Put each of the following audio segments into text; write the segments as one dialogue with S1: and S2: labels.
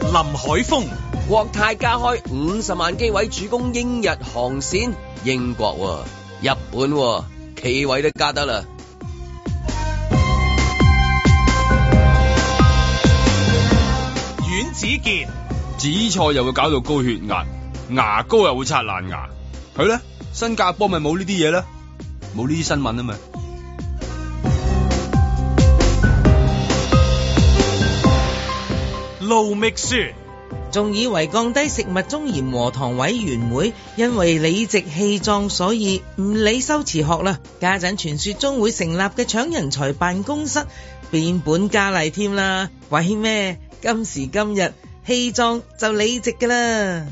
S1: 林海峰、
S2: 國泰加開五十萬機位主攻英日航線，英國、喎、日本、喎，企位都加得啦。
S1: 阮子健、
S3: 紫菜又會搞到高血壓，牙膏又會刷爛牙。佢咧，新加坡咪冇呢啲嘢咧，冇呢啲新聞啊嘛。
S1: 盧覓雪。
S4: 仲以為降低食物中鹽和糖委員會，因為理直氣壯，所以唔理修辭學啦。家陣傳說中會成立嘅搶人才辦公室，變本加厲添啦。為咩？今時今日氣壯就理直㗎啦。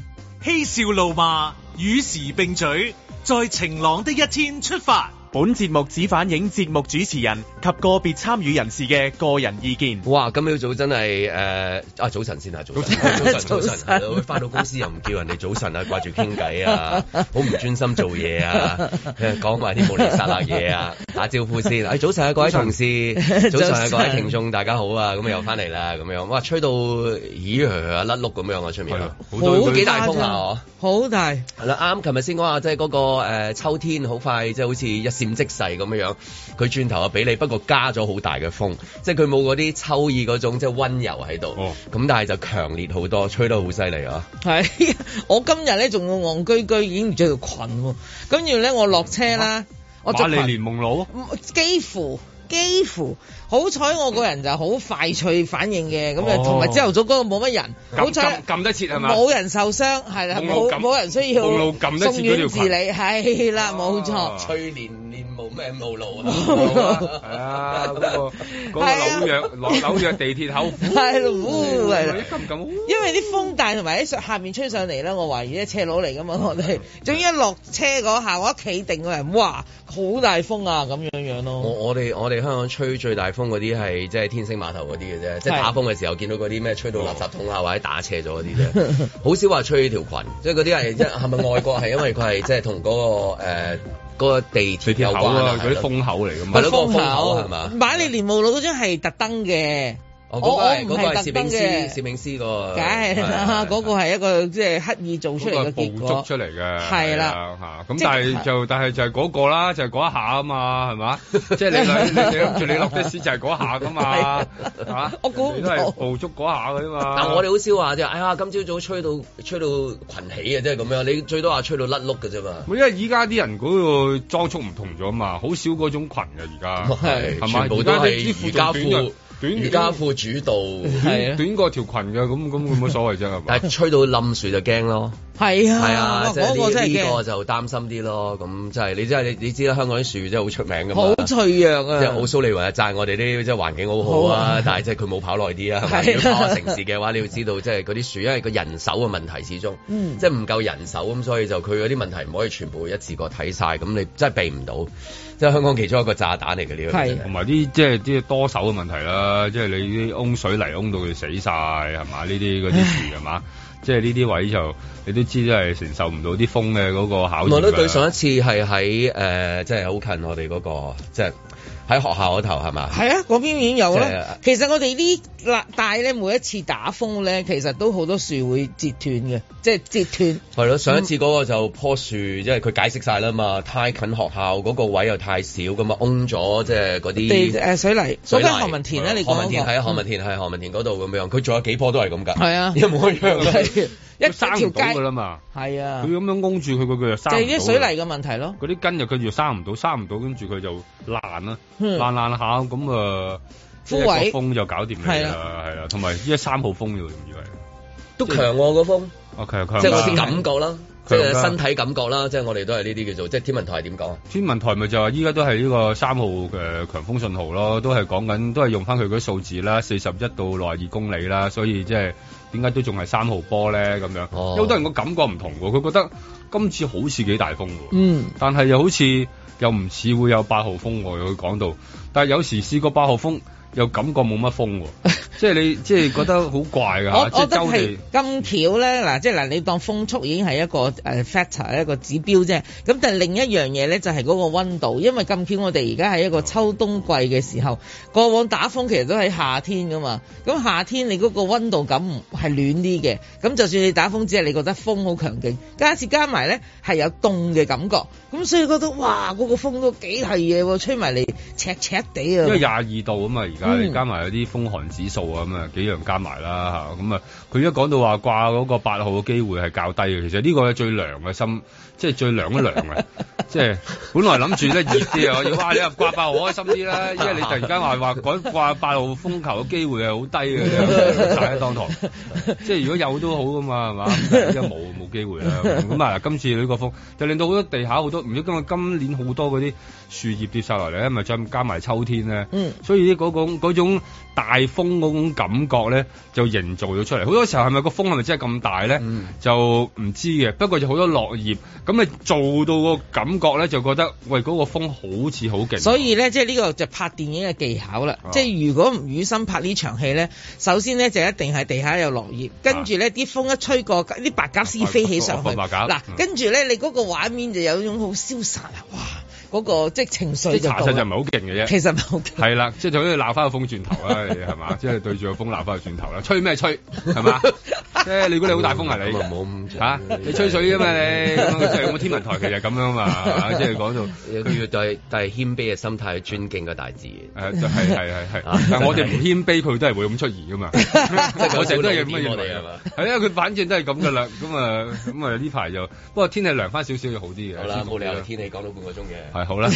S1: 嬉笑怒罵，與時並舉，在晴朗的一天出發。
S5: 本節目只反映節目主持人及個別參與人士嘅個人意見。
S2: 哇！今朝早真係誒、呃啊早晨先啊，早晨早晨早晨，係咯翻到公司又唔叫人哋早晨啊，掛住傾偈 啊，好唔專心做嘢啊，誒講埋啲冇厘撒辣嘢 啊，打招呼先。誒、早晨啊，各位同事， 早晨啊，各位聽眾，大家好啊，咁又翻嚟啦，咁樣哇，吹到咦啊甩碌咁樣啊，出面
S3: 係啊好多
S2: 好
S3: 好
S2: 幾大風啊！我
S4: 好大，
S2: 係啦，啱，琴日先講話，即係嗰個誒秋天好快，即係好似一閃即逝咁樣樣。佢轉頭啊俾你，不過加咗好大嘅風，即係佢冇嗰啲秋意嗰種即係溫柔喺度。咁、
S3: 哦
S2: 但係就強烈好多，吹得好犀利啊！
S4: 係 我今日咧仲戇居居，已經唔着條裙喎。跟住咧我落車啦，
S3: 嗯
S4: 我着
S3: 瑪麗
S4: 裙
S3: 蓮夢露，啊
S4: 唔幾乎幾乎，好彩我個人就好快脆反應嘅，咁啊
S3: 哦
S4: 同埋朝頭早嗰個冇乜人，好
S3: 撳
S4: 彩
S3: 撳撳得切係嘛？
S4: 冇人受傷，係啦，
S3: 冇路
S4: 冇
S3: 撳
S4: 冇人需要
S3: 冇路撳得
S4: 送
S3: 切嗰條
S4: 院
S3: 裙
S4: 治理，係啦，冇錯
S3: 啊。
S2: 吹年年冇咩冇路
S3: 係啊，嗰個嗰個
S4: 係啊
S3: 紐約紐紐約地鐵口，
S4: 係咯，呼 係啦
S3: 你撳撳，
S4: 因為啲風大同埋喺上下面吹上嚟咧，我懷疑咧斜佬嚟噶嘛， 我哋。總之一落車嗰下，我一企定個人，哇，好大風啊咁樣樣
S2: 我
S4: 咯。
S2: 我哋我哋香港吹最大風嗰啲係即係天星碼頭嗰啲嘅啫，即係
S4: 係
S2: 打風嘅時候見到嗰啲咩吹到垃圾桶啊或者打斜咗嗰啲啫， 好少話吹條裙，即係嗰啲係一係咪外國係因為佢係即係同嗰個誒嗰個地鐵
S3: 地
S2: 有
S3: 鐵口
S2: 關
S3: 啊
S2: 啊，，
S3: 嗰啲風口嚟㗎嘛
S2: 係。咯嗰個風口係嘛
S4: 瑪麗蓮夢露嗰張係特登嘅，
S2: 哦嗰個係
S4: 我我唔
S2: 嗰
S4: 係
S2: 個係攝影
S4: 特登
S2: 師
S4: 嘅
S2: 攝影師個，
S4: 梗係啦， 嗰個係一個即係刻意做出
S3: 嗰
S4: 嚟
S3: 個
S4: 嘅
S3: 係
S4: 結
S3: 捕
S4: 果
S3: 捉。出嚟嘅，
S4: 係啦
S3: 啊嚇咁
S4: 即係
S3: 但係就但係就係嗰個啦，就係嗰一下啊嘛，係嘛？即係你兩你你諗住你落的士就係嗰下 噶嘛，係嘛？
S4: 啊我估唔
S3: 你
S4: 到
S3: 都係捕捉嗰下嘅啫嘛。
S2: 但我哋好少話啫，哎呀今朝早吹到吹到群起啊，即係咁樣，你最多話吹到甩碌嘅啫嘛。
S3: 因為依家啲人嗰個裝束唔同咗嘛，好少嗰種裙嘅而家，
S2: 係，
S3: 係嘛
S2: 全部都
S3: 而家
S2: 係
S3: 啲啲
S2: 瑜
S3: 褲仲
S2: 伽
S3: 短
S2: 褲
S3: 㗎，短
S2: 瑜伽褲主導。
S4: 係
S3: 短
S4: 啊
S3: 短過條裙嘅，咁咁咁冇乜所謂啫，係嘛
S2: 但？係吹到冧樹就驚咯，
S4: 係啊，
S2: 係啊，
S4: 哇
S2: 即係
S4: 嗰個真
S2: 呢
S4: 係
S2: 呢個
S4: 驚，
S2: 就擔心啲咯。咁即係你真係你你知啦，香港啲樹真係好出名噶嘛
S4: 好。脆弱
S2: 即係奧
S4: 啊！
S2: 蘇利雲啊，讚我哋啲即係環境好好
S4: 好
S2: 啊
S4: 啊，
S2: 但係即係佢冇跑耐啲啊。係咪
S4: 係
S2: 如
S4: 啊
S2: 果跑下城市嘅話，你要知道即係嗰啲樹，因為個人手嘅問題始終，
S4: 嗯
S2: 即係唔夠人手咁，所以就佢嗰啲問題唔可以全部一次過睇晒，咁你真係避唔到。即係香港其中一個炸彈嚟嘅呢個真係。
S3: 同埋啲即係啲多手嘅問題啦，即係你啲翁水泥翁到佢死晒係嘛？呢啲嗰啲樹係 嘛？即係呢啲位就你都知，真係承受唔到啲風嘅嗰個考驗㗎。
S2: 我都對上一次係喺誒，即係好近我哋嗰個，即係喺學校嗰頭係嘛？
S4: 係啊，嗰邊已經有
S2: 即係啊
S4: 啦。其實我哋呢帶咧，每一次打風咧，其實都好多樹會折斷嘅，即係折斷。
S2: 係咯，上一次嗰個就棵樹，因為佢解釋晒啦嘛，太近學校嗰個位又太少，咁啊翁咗即係嗰
S4: 地
S2: 啲。
S4: 誒水泥，嗰
S2: 水
S4: 間
S2: 泥
S4: 何文田咧，你
S2: 何
S4: 講
S2: 文田係啊，何
S4: 嗰個
S2: 文田係何文田嗰度咁樣，佢仲有幾棵都係咁㗎，
S4: 係啊
S2: 一模一樣啊嘅。
S4: 係啊一
S3: 佢生
S4: 條
S3: 唔到㗎
S4: 街
S3: 啦嘛，
S4: 係啊
S3: 佢，咁樣擁住佢，佢佢就
S4: 就
S3: 生唔到
S4: 係
S3: 㗎。
S4: 啲水泥嘅問題咯。
S3: 嗰啲根就佢就生唔到，生唔到，跟住佢就爛啦，爛
S4: 嗯
S3: 爛下咁啊，
S4: 枯
S3: 一個
S4: 萎
S3: 風就搞掂你
S4: 係
S3: 啦，
S4: 啦
S3: 係啦，同埋依家三號風要唔以為？
S2: 都強我嗰風，
S3: 哦，強強
S2: 即係我
S3: 㗎
S2: 啲感覺啦，即係
S3: 強㗎啊
S2: 身體感覺啦，即係我哋都係呢啲叫做，即係天文台係點講啊？
S3: 天文台咪就話依家都係呢個三號嘅強風信號咯，都係講緊，都係用翻佢嗰啲數字啦，四十一到六十二公里啦，所以即係點解都仲係三號波咧咁樣？
S2: 哦
S3: 有好多人個感覺唔同喎，佢覺得今次好似幾大風喎，
S4: 嗯，
S3: 但係又好似又唔 似會有八號風喎，佢講到，但係有時試過八號風又感覺冇乜風喎，即係你即係覺得好怪㗎
S4: 我
S3: 嚇，即
S4: 我覺
S3: 係
S4: 得
S3: 周嗯
S4: 係嗯
S3: 地。
S4: 咁巧咧，嗱，即係嗱，你當風速已經係一個誒 factor 一個指標啫。咁但係另一樣嘢咧，就係嗰個温度，因為咁巧我哋而家係一個秋冬季嘅時候，過往打風其實都喺夏天噶嘛。咁夏天你嗰個温度感唔係暖啲嘅，咁就算你打風，只係你覺得風好強勁，加一次加埋咧係有凍嘅感覺。咁所以覺得哇，嗰、個風都幾係嘢喎，吹埋嚟赤赤地啊！
S3: 因為廿二度啊嘛，而家你
S4: 嗯
S3: 加埋有啲風寒指數啊，咁啊幾樣加埋啦嚇，咁啊佢一講到話掛嗰個八號嘅機會係較低嘅，其實呢個係最涼嘅心， 即係最涼一涼 嘅，即係本來諗住咧熱啲啊，要哇你入掛八號開心啲啦，因為你突然間話話改 掛八號風球嘅機會係好低嘅，你大喺 當堂，即係如果有都好噶嘛，係嘛？而家冇冇機會啦，咁啊今次呢個風就令到好多地下好多，唔知今日今年好多嗰啲樹葉跌晒落嚟咧，啊咪再加埋秋天咧。
S4: 嗯
S3: 所以呢嗰種嗰種大風嗰種感覺咧，就營造咗出嚟。好多時候係咪個風係咪真係咁大咧？
S2: 嗯
S3: 就唔知嘅。不過就好多落葉，咁你做到個感覺咧，就覺得喂嗰、個風好似好勁。
S4: 所以咧，即係呢個就拍電影嘅技巧啦。
S3: 啊
S4: 即係如果吳宇森拍呢場戲咧，首先咧就一定係地下有落
S3: 啊
S4: 葉，跟住咧啲風一吹過，啲白鴿先飛起上去。
S3: 白鴿白鴿
S4: 嗱
S3: 嗯，
S4: 跟住咧你嗰個畫面就有一種好瀟灑啦，哇！嗰、個即係情緒
S3: 即係
S4: 就
S3: 查
S4: 到
S3: 實就唔
S4: 啦。
S3: 係好勁嘅啫。
S4: 其實唔係好勁。
S3: 係啦，即係就好似鬧翻個風轉頭啊啦，你係 嘛？即係對住個風鬧翻個轉頭啦，吹咩吹係嘛？即係你估你好大風啊你？
S2: 咁啊冇咁
S3: 嚇、你吹水啊 嘛你，咁啊即係我天文台其實咁樣嘛，係嘛即係講到。
S2: 要要對對謙卑嘅心態去尊敬個大自然。
S3: 呃誒，就係係係
S2: 啊
S3: 係，但我哋唔謙卑，佢都係 會咁出現噶嘛。我成日都係咁嘅
S2: 我
S3: 認
S2: 哋
S3: 為
S2: 係嘛，
S3: 係啊，佢反正都係咁噶啦。咁啊，咁啊呢排就不過天氣涼翻少少就好啲嘅。
S2: 好啦，冇
S3: 舒服啲
S2: 理由
S3: 啦
S2: 天氣講到半個鐘嘅，
S3: 係好啦，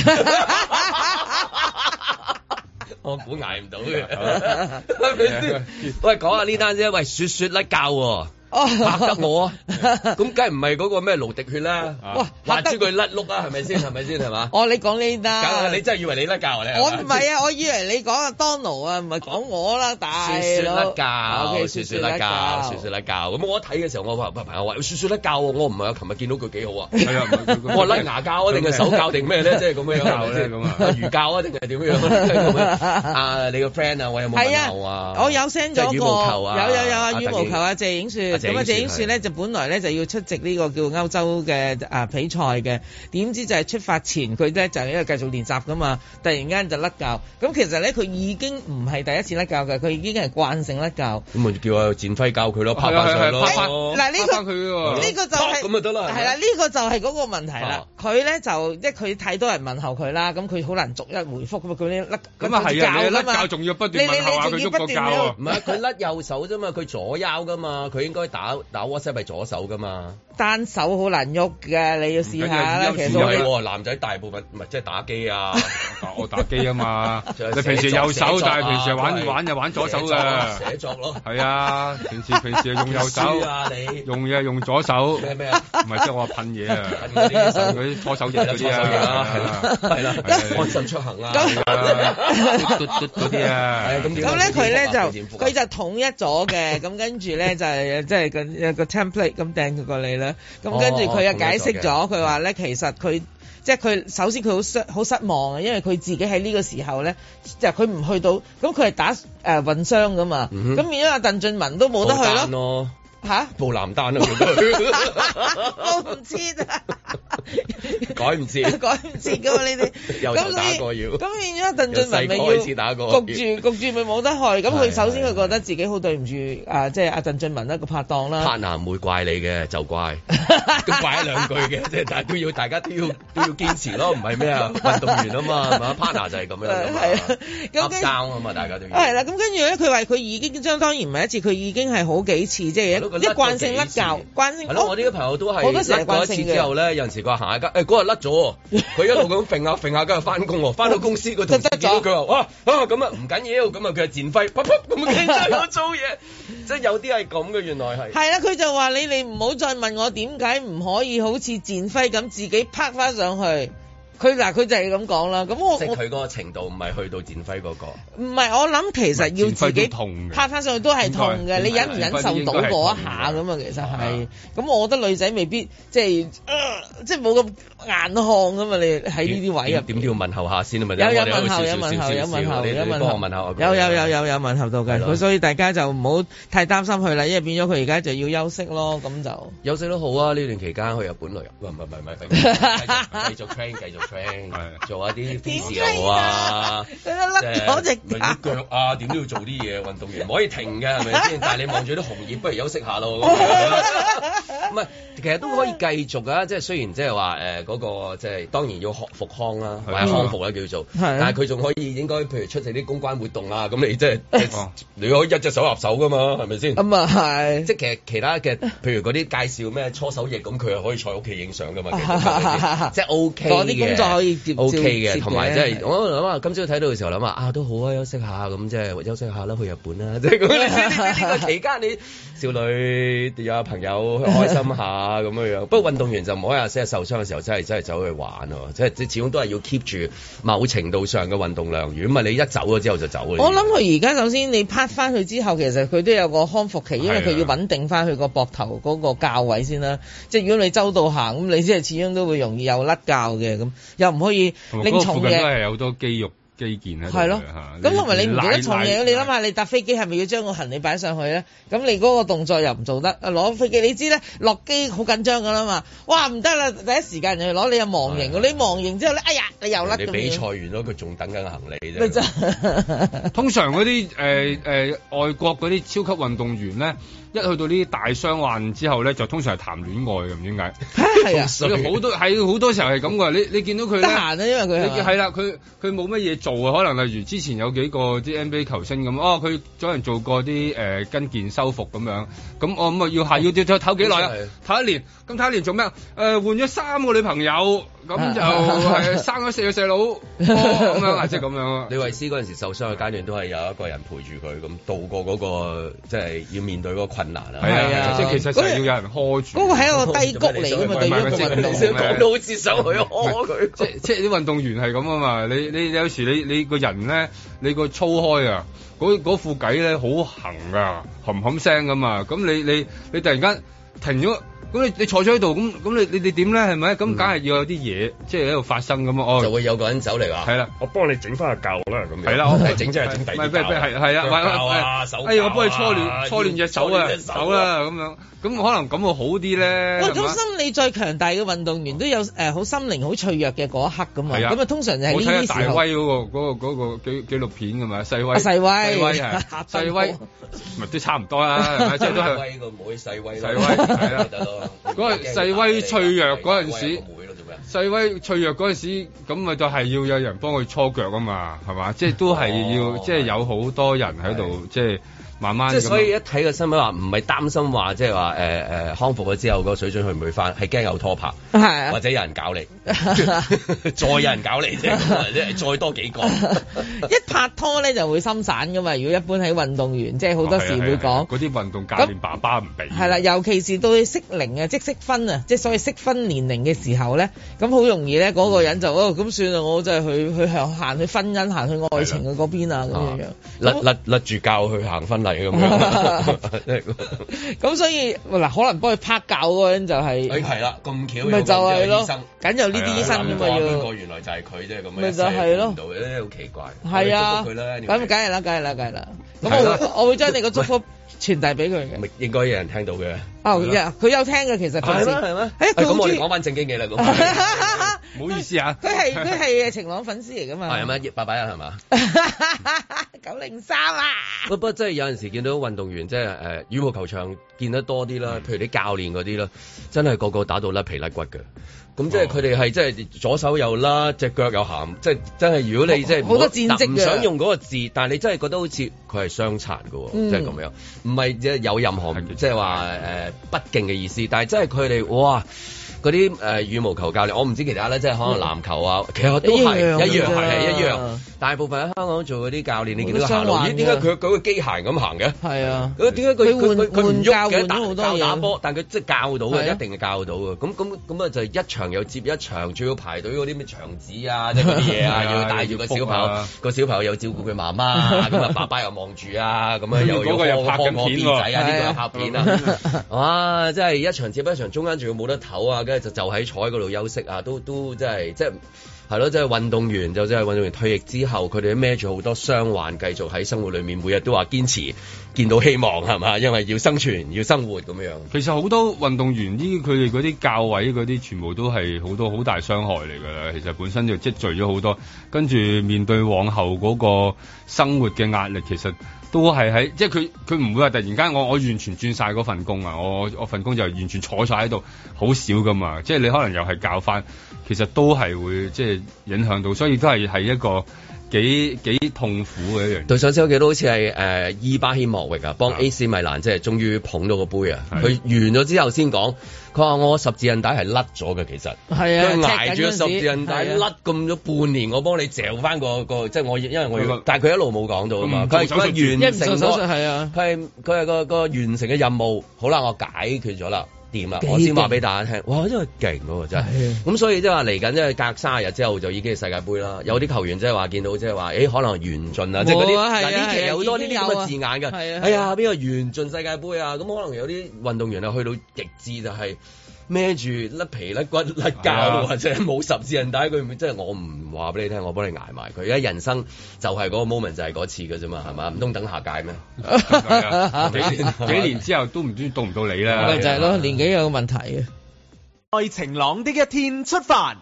S2: 我估捱唔到嘅，係咪先？喂，講下呢單啫，喂，雪雪甩教喎。
S4: 哦，
S2: 嚇得我啊！咁梗係唔係嗰個咩勞滴血啦？
S3: 啊
S4: 哇
S2: 話知佢甩碌啊，係咪先？係咪先？係 嘛？
S4: 哦，你講呢
S2: 梗係
S4: 單
S2: 你。真係以為你甩教你？
S4: 我唔係啊，我以為你講阿 Donald 啊，唔係講我啦，大佬。
S2: 雪雪甩教，
S4: OK，
S2: 雪雪甩教，雪雪甩教。咁我一睇嘅時候，我話喂朋友話雪雪甩教喎，我唔係啊，琴日見到佢幾好啊。
S3: 係啊唔係佢
S2: 我話甩牙教啊，定係手教定 咩咧？即係咁樣樣係咪先
S3: 教咧咁啊
S2: 魚教啊，定係點樣咁樣？啊，你個 friend 啊，我有冇
S4: 係
S2: 問
S4: 啊
S2: 候啊？，
S4: 我有 send 咗個，
S2: 即係羽
S4: 有
S2: 毛球啊
S4: 有有啊
S2: 阿
S4: 羽毛球啊，謝影雪，
S2: 阿謝
S4: 咁啊
S2: 影雪
S4: 謝影雪咧就本來咧就要出席呢個叫歐洲嘅啊比賽嘅，點知就係出發前佢咧就因為繼續練習噶嘛，突然間就甩教，咁其實咧佢已經唔係第一次甩教嘅，佢已經係慣性甩教。
S2: 咁咪叫阿展輝教佢咯，拍
S3: 係啊
S2: 翻
S3: 係啊
S2: 上
S3: 拍
S4: 哎
S3: 翻
S2: 咯。
S4: 嗱呢
S3: 拍翻佢喎
S4: 個呢個就係
S2: 咁就得啦係咪
S4: 係啦，呢個就係嗰個問題
S2: 哦。
S4: 啦佢咧就即係佢太多人問候佢啦，咁佢好難逐一回覆咁佢咧甩
S3: 咁啊係啊，
S4: 㗎
S3: 你甩
S4: 嘛
S3: 教仲要不斷
S4: 你你
S3: 問候下
S4: 你
S3: 佢
S4: 仲要
S3: 喐
S4: 不
S3: 個
S4: 斷
S3: 教
S4: 要
S3: 啊。
S2: 唔係佢甩右手啫嘛，佢左腰噶嘛，佢應該打打 WhatsApp 係左手噶嘛。
S4: 單手好難喐嘅，你要試下啦。
S3: 唔
S4: 其
S2: 唔
S4: 實
S3: 緊要
S4: 都
S3: 有
S2: 係
S3: 嘅
S2: 喎，男仔大部分唔係即係打機 啊，
S3: 我打機啊嘛，
S2: 仲有
S3: 你平時右手
S2: 寫，作
S3: 但係平時
S2: 啊
S3: 玩玩就玩左手
S2: 寫作啊
S3: 㗎。
S2: 寫作咯，
S3: 係啊，平時平時用右 手
S2: 書，啊你
S3: 用嘢用左手。
S2: 咩咩啊？
S3: 唔係即係我話噴嘢啊，
S2: 噴嗰啲手
S3: 嗰啲搓手液
S2: 係啦左手
S3: 嗰啲
S2: 嘢啦，係啦，係
S3: 啊，à,
S2: 啦，安心出行啊，
S4: 咁
S3: 啊嘟嘟嘟嗰啲啊，
S2: 係咁點
S4: 咁咧佢咧就
S2: 點覆啊
S4: 佢就統一咗嘅，咁跟住咧就係即係個有個 template 咁掟佢過嚟啦。咁跟住佢又解釋咗，佢話咧其實佢。即係佢首先佢好失好失望啊，因為佢自己喺呢個時候咧，就佢唔去到，咁佢係打誒運傷噶嘛，
S2: 嗯哼
S4: 咁變咗阿鄧俊文都冇得
S2: 報
S4: 去
S2: 單
S4: 咯，
S2: 咯，
S4: 吓？
S2: 報男單咯，佢
S4: 我唔知啊，
S2: 改唔切
S4: 改唔切噶嘛 呢啲。
S2: 由頭打過要
S4: 咁變咗鄧俊文咪
S2: 由細個開始打
S4: 要
S2: 過
S4: 焗住焗住咪冇得去。咁
S2: 係
S4: 佢首先
S2: 係
S4: 佢覺得自己好對唔住啊，即係阿鄧俊文一個拍檔啦。
S2: partner 唔會怪你嘅，就怪。都怪一兩句嘅，即係但係都要大家都要都要堅持咯，唔係咩啊？運動員啊嘛，係嘛？partner 就係咁樣㗎嘛
S4: 係啊咁
S2: up
S4: 跟
S2: down 啊嘛，大家都要。
S4: 係啦，咁跟住咧，佢話佢已經相當然唔係一次，佢已經係好幾次，即係
S2: 係咯佢
S4: 一
S2: 甩
S4: 一
S2: 咗
S4: 慣性甩
S2: 幾次
S4: 教，慣性哦
S2: 係咯，我呢啲朋友都
S4: 我都
S2: 係
S4: 成日
S2: 甩過一
S4: 慣
S2: 次
S4: 性嘅
S2: 之後咧，有陣時佢話行下街，誒嗰日甩咗喎，佢一路咁揈下揈下，跟住翻工 喎，翻到公司佢同事見到佢話哇啊咁啊唔緊要，咁啊佢係戰輝，啪啪咁啊 跟住喺度做嘢，即係有啲係咁嘅，原來係。
S4: 係啦，佢就話你哋唔好再問我點解唔可以好似戰輝咁自己拍翻上去。佢嗱佢就係咁講啦。咁我
S2: 即係
S4: 我
S2: 佢嗰個程度唔係去到戰輝嗰個，
S4: 唔係我諗其實要自
S3: 唔係前
S4: 己
S3: 輝都痛嘅
S4: 拍翻上去都係痛
S3: 應
S4: 嘅，
S3: 該
S4: 你忍唔忍受到嗰一下咁啊？其實係咁，我覺得女仔未必即係呃即係冇咁硬漢咁啊！你喺呢啲位入
S2: 點點都要問候下先啊嘛。
S4: 有有
S2: 我哋喺度笑
S4: 問候，有問
S2: 笑
S4: 候，
S2: 笑
S4: 有問
S2: 笑
S4: 候，
S2: 你
S4: 有
S2: 你
S4: 問
S2: 幫我
S4: 候，
S2: 問候
S4: 有有有有有問候到
S2: 係
S4: 嘅，
S2: 咯
S4: 佢所以大家就唔好太擔心佢啦，因為變咗佢而家就要休息咯，咁就
S2: 休息都好啊！呢段期間去日本旅遊，喂唔係唔係唔係唔係，繼續繼續 train 繼續 train，
S3: 係
S2: 做下啲 physio 啊，
S4: 佢都甩咗隻
S2: 咪
S4: 腳
S2: 啲。腳啊，點都要做啲嘢，運動員唔可以停嘅，係 咪先？但係你望住啲紅葉，不如休息下咯。咁樣唔係，其實都可以繼續啊！即係雖然即係話誒嗰個即係當然要學復康啦，或
S3: 係
S2: 者
S3: 啊
S2: 康復啦叫做，
S4: 係啊
S2: 但係佢仲可以應該譬如出席啲公關活動啊，咁你即係
S3: 哦
S2: 你可以一隻手合手噶嘛，係咪先？
S4: 咁啊係，
S2: 即係其實其他 嘅，譬如嗰啲介紹咩搓手液咁，佢又可以坐喺屋企影相噶嘛，其實 即係 O K 嘅。
S4: 嗰啲工作可以接
S2: O K
S4: 接
S2: 嘅，
S4: 接
S2: 同埋
S4: 嘅
S2: 即係我諗下，今朝睇到嘅時候諗下啊，都好啊，休息下咁即係休息下啦，去日 本啦，即係咁。你知唔知呢個期間你少女有下朋友去開心下咁樣樣。不過運動員就唔可以啊話即係受傷嘅時候真係真係走去玩喎，即係即係始終都係要 keep 住某程度上嘅運動量。如果唔係你一走咗之後就走嘅。
S4: 我諗佢而家首先你拍翻佢之後，其實佢都有個康復期，因為
S3: 啊
S4: 佢要穩定翻佢個膊頭嗰個教位先啦。即係如果你周到行，咁你即係始終都會容易有甩教嘅，咁又唔可以
S3: 同埋
S4: 拎
S3: 嗰個
S4: 重
S3: 附近都
S4: 嘅。
S3: 係有好多肌肉肌腱喺度
S4: 係
S3: 嘅
S4: 咯
S3: 嚇，
S4: 咁同埋你唔記
S3: 拉
S4: 得重嘢，
S3: 拉
S4: 你諗下，你搭飛機係咪要將個行李擺上去咧？咁你嗰個動作又唔做得，啊攞飛機你知咧，落機好緊張噶啦嘛，哇唔得啦，第一時間就去攞，你又忘形，
S3: 啊
S2: 係
S4: 你忘形之後咧，哎呀你又甩咁
S2: 你
S4: 樣
S2: 比賽完咗，佢仲等緊行李啫。
S4: 咪真
S3: 通常嗰啲誒誒外國嗰啲超級運動員咧，一去到呢啲大傷患之後咧，就通常係談戀愛嘅，唔知 點解。
S4: 係啊，
S3: 好多係好多時候係咁嘅，你你見到佢
S4: 得
S3: 咧。
S4: 閒啊，因為佢
S3: 你
S4: 係嘛
S3: 係啦，佢佢冇乜嘢做啊，可能例如之前有幾個啲 NBA 球星咁，哦，佢可能做過啲誒、呃跟腱修復咁樣，咁我咁啊要係要要唞幾耐啊
S2: 好似？
S3: 唞一年，咁唞一年做咩啊？誒、換咗三個女朋友，咁就
S4: 啊
S3: 係生咗四個 細佬，哦咁樣啊，即係咁樣啊。
S2: 李慧詩嗰陣時受傷嘅階段，都係有一個人陪住佢，咁度過嗰、個即係要面對嗰個困難啊。
S3: 係
S4: 係啊
S3: 啊，即係其實就係要有人呵住。
S4: 嗰個係一個低谷嚟 噶嘛，對於
S3: 唔係唔係
S4: 一個運
S2: 你
S4: 動
S2: 先
S3: 先
S2: 講
S3: 講
S2: 到
S3: 到
S2: 好似想去呵佢，
S3: 即即係啲運動員係咁啊嘛，你你有時你你個人咧，你個粗開啊，嗰嗰副偈咧好行噶，冚冚聲噶嘛，咁你你你突然間停咗，咁你你坐咗喺度，咁咁你你你點咧係咪？咁梗係要有啲嘢即係喺度發生咁啊！
S2: 就
S3: 哦，
S2: 會有個人走嚟話：
S3: 係啦，
S2: 我幫你整翻個臼啦，咁樣
S3: 係啦，我
S2: 係整真係整第
S3: 唔係
S2: 二啊
S3: 唔係唔係啊係啦，喂喂喂哎呀，我幫你搓亂搓亂隻手啊，手啦咁樣，咁可能咁會好啲咧。
S4: 喂，
S3: 係嘛
S4: 咁心理最強大嘅運動員都有誒好心靈好脆弱嘅嗰一刻噶嘛，
S3: 係啊
S4: 咁啊通常就係
S3: 我睇
S4: 呢
S3: 下
S4: 啲
S3: 大
S4: 時候。
S3: 威嗰、個嗰、個嗰、個紀紀錄片㗎嘛，細威
S4: 啊細威
S3: 細 威
S4: 嚇
S3: 係
S4: 親
S3: 細威
S4: 我，
S3: 咪都差唔多 啦，係咪即係都
S2: 細
S3: 係。
S2: 威個妹，細威
S3: 細威係啦
S2: 嗰
S3: 嗰個細威脆弱嗰陣時
S2: 妹咯做咩啊？
S3: 細威脆弱嗰陣時，咁咪就係要有人幫佢搓腳啊嘛，係嘛？即係都係要，
S2: 哦
S3: 即係有好多人喺度，即係慢慢
S2: 即係所以一
S3: 咁啊
S2: 睇個新聞話，唔係擔心話即係話誒誒康復咗之後個水準去唔去翻，係驚有拖拍。
S4: 係
S2: 或
S4: 啊，
S2: 者有人 搞你，再有人搞你啫，咁啊即係再多幾個。
S4: 一拍拖咧就會心散噶嘛。如果一般喺運動員，即係好多時會
S3: 係啊係啊
S4: 講
S3: 嗰啲運動教
S4: 咁
S3: 練爸爸唔俾，
S4: 係啦，尤其是到適齡啊，即係適婚啊，即係所謂適婚年齡嘅時候咧，咁好容易咧嗰個人就哦咁算啦，我就係去去向行去婚姻行去愛情嘅嗰邊啊咁樣樣。
S2: 甩甩甩住教去行婚禮咁樣，
S4: 咁所以嗱，可能幫佢拍教嗰個人就係、
S2: 哎係啦，咁巧
S4: 咪就係
S2: 係
S4: 咯
S2: 醫生，
S4: 梗有呢啲醫生
S2: 咁
S4: 㗎
S2: 嘛
S4: 嘛
S2: 邊個
S4: 要。
S2: 原來就係佢啫，咁樣啊
S4: 咪就係咯
S2: 一世都見唔到咧好奇怪。
S4: 係
S2: 我哋祝
S4: 啊，
S2: 福佢啦，
S4: 咁
S2: anyway
S4: 梗係啦，梗係啦，梗係啦。咁
S2: 係
S4: 我
S2: 啦
S4: 會我會將你個祝福傳遞俾佢嘅。
S2: 咪應該有人聽到嘅。
S4: 哦，佢有聽嘅其實平時。
S2: 咩
S4: 係啊佢
S2: 咁
S4: 好
S2: 我
S4: 中
S2: 哋
S4: 意。
S2: 講翻正經嘢啦，咁啊
S3: 唔好意思啊，
S4: 佢係佢係晴朗粉絲嚟㗎嘛？
S2: 係咪？八百一啊係嘛？
S4: 九零三啊！
S2: 不不，即係有陣時見到運動員，即係誒羽毛球場見得多啲
S4: 嗯
S2: 啦，譬如啲教練嗰啲啦，真係個個打到甩皮甩骨嘅。咁
S4: 哦
S2: 即係佢哋係即係左手又啦，隻腳又鹹，即係真係如果你即係
S4: 好多戰績嘅
S2: 唔想用嗰個字，但係你真係覺得好似佢係傷殘嘅喎，
S4: 嗯
S2: 即係咁樣，唔係即係有任何
S3: 係
S2: 即係話誒不敬嘅意思，但係真係佢哋哇嗰呃啲誒羽毛球教練，我唔知其他咧，即係可能籃球啊，其實都係
S4: 嗯一樣
S2: 一樣
S4: 㗎
S2: 係一樣。大部分喺香港做嗰啲教練，你見到
S4: 都
S2: 行
S4: 相
S2: 路，
S4: 慣
S2: 咦？
S4: 嘅
S2: 點解佢佢個機械咁行嘅？
S4: 係啊，
S2: 佢點解佢
S4: 佢換
S2: 佢佢佢唔
S4: 換
S2: 喐
S4: 教
S2: 嘅？
S4: 換
S2: 打
S4: 咗好多
S2: 教
S4: 嘢
S2: 打波，但佢即係教到
S4: 係
S2: 嘅，
S4: 啊
S2: 一定係教到嘅。咁咁咁啊，就一場又接一場，仲要排隊嗰啲咩牆紙啊，即係嗰啲 嘢啊，
S3: 係啊
S2: 要帶住個小朋
S3: 要覆
S2: 友
S3: 啊，
S2: 個小朋友又照顧佢媽媽啊，咁啊爸爸又望住啊，咁啊
S3: 跟
S2: 又
S3: 住嗰個又
S2: 要
S3: 拍緊
S2: 幫我
S3: 片
S2: 邊
S3: 喎
S2: 仔啊，呢個又拍片啊。
S4: 係 啊
S2: 哇！真係一場接一場，中間仲要冇得唞啊，跟住就就喺坐喺嗰度休息啊，都都真係即係。係咯，即係運動員就即係運動員退役之後，佢哋都孭住好多傷患，繼續喺生活裏面，每日都話堅持，見到希望係嘛？因為要生存，要生活咁樣。
S3: 其實好多運動員呢，佢哋嗰啲教位嗰啲，全部都係好多好大傷害嚟㗎啦。其實本身就積聚咗好多，跟住面對往後嗰個生活嘅壓力，其實都係喺即係佢佢唔會話突然間我我完全轉晒嗰份工啊，我我份工就完全坐晒喺度，好少㗎嘛。即係你可能又係教翻，其實都係會即係影響到，所以都係係一個幾幾痛苦嘅一樣 嘢。
S2: 對上次我記得好似係誒伊巴希莫域啊，幫
S3: 啊
S2: AC 米蘭即係終於捧到個杯啊！
S3: 係
S2: 佢完咗之後先講，佢話我十字韌帶係甩咗嘅，其實。
S4: 係啊，
S2: 佢捱住
S4: 踢
S2: 個十
S4: 緊嗰陣時
S2: 字韌帶
S4: 係啊
S2: 甩咁咗半年，我幫你嚼翻個個，即係我因為我
S3: 佢
S2: 要
S3: 個，
S2: 但係佢一路冇講到啊嘛，
S3: 唔
S2: 佢係
S3: 嗯做手術
S2: 佢係
S4: 一
S2: 完
S4: 唔做
S2: 成
S4: 手
S2: 個
S4: 術係啊。
S2: 佢係佢係個個完成嘅任務，好啦，我解決咗啦。掂啦，我先話俾大家聽，哇！真係勁喎，真係
S4: 係啊。
S2: 咁所以即係話嚟緊，即係隔三十日之後就已經係世界盃啦。有啲球員即係話見到，即係話，誒可能完盡啦，即係嗰啲
S4: 冇啊係啊
S2: 嗱呢期
S4: 係啊
S2: 有好多呢啲咁
S4: 已經有
S2: 嘅
S4: 啊
S2: 字眼㗎。
S4: 係啊
S2: 哎呀，邊個完盡世界盃啊？咁可能有啲運動員啊，去到極致就係孭住甩皮甩骨甩膠，
S3: 係啊
S2: 或者冇十字韌帶，佢唔即係我唔話俾你聽，我幫你捱埋佢。而家人生就係嗰個 moment 就係嗰次㗎啫嘛，係嘛？唔通等下屆咩？
S3: 啊 幾年幾年之後都唔知到唔到你啦。
S4: 咪就係咯，年紀有個問題嘅。
S5: 在晴朗的一天出發。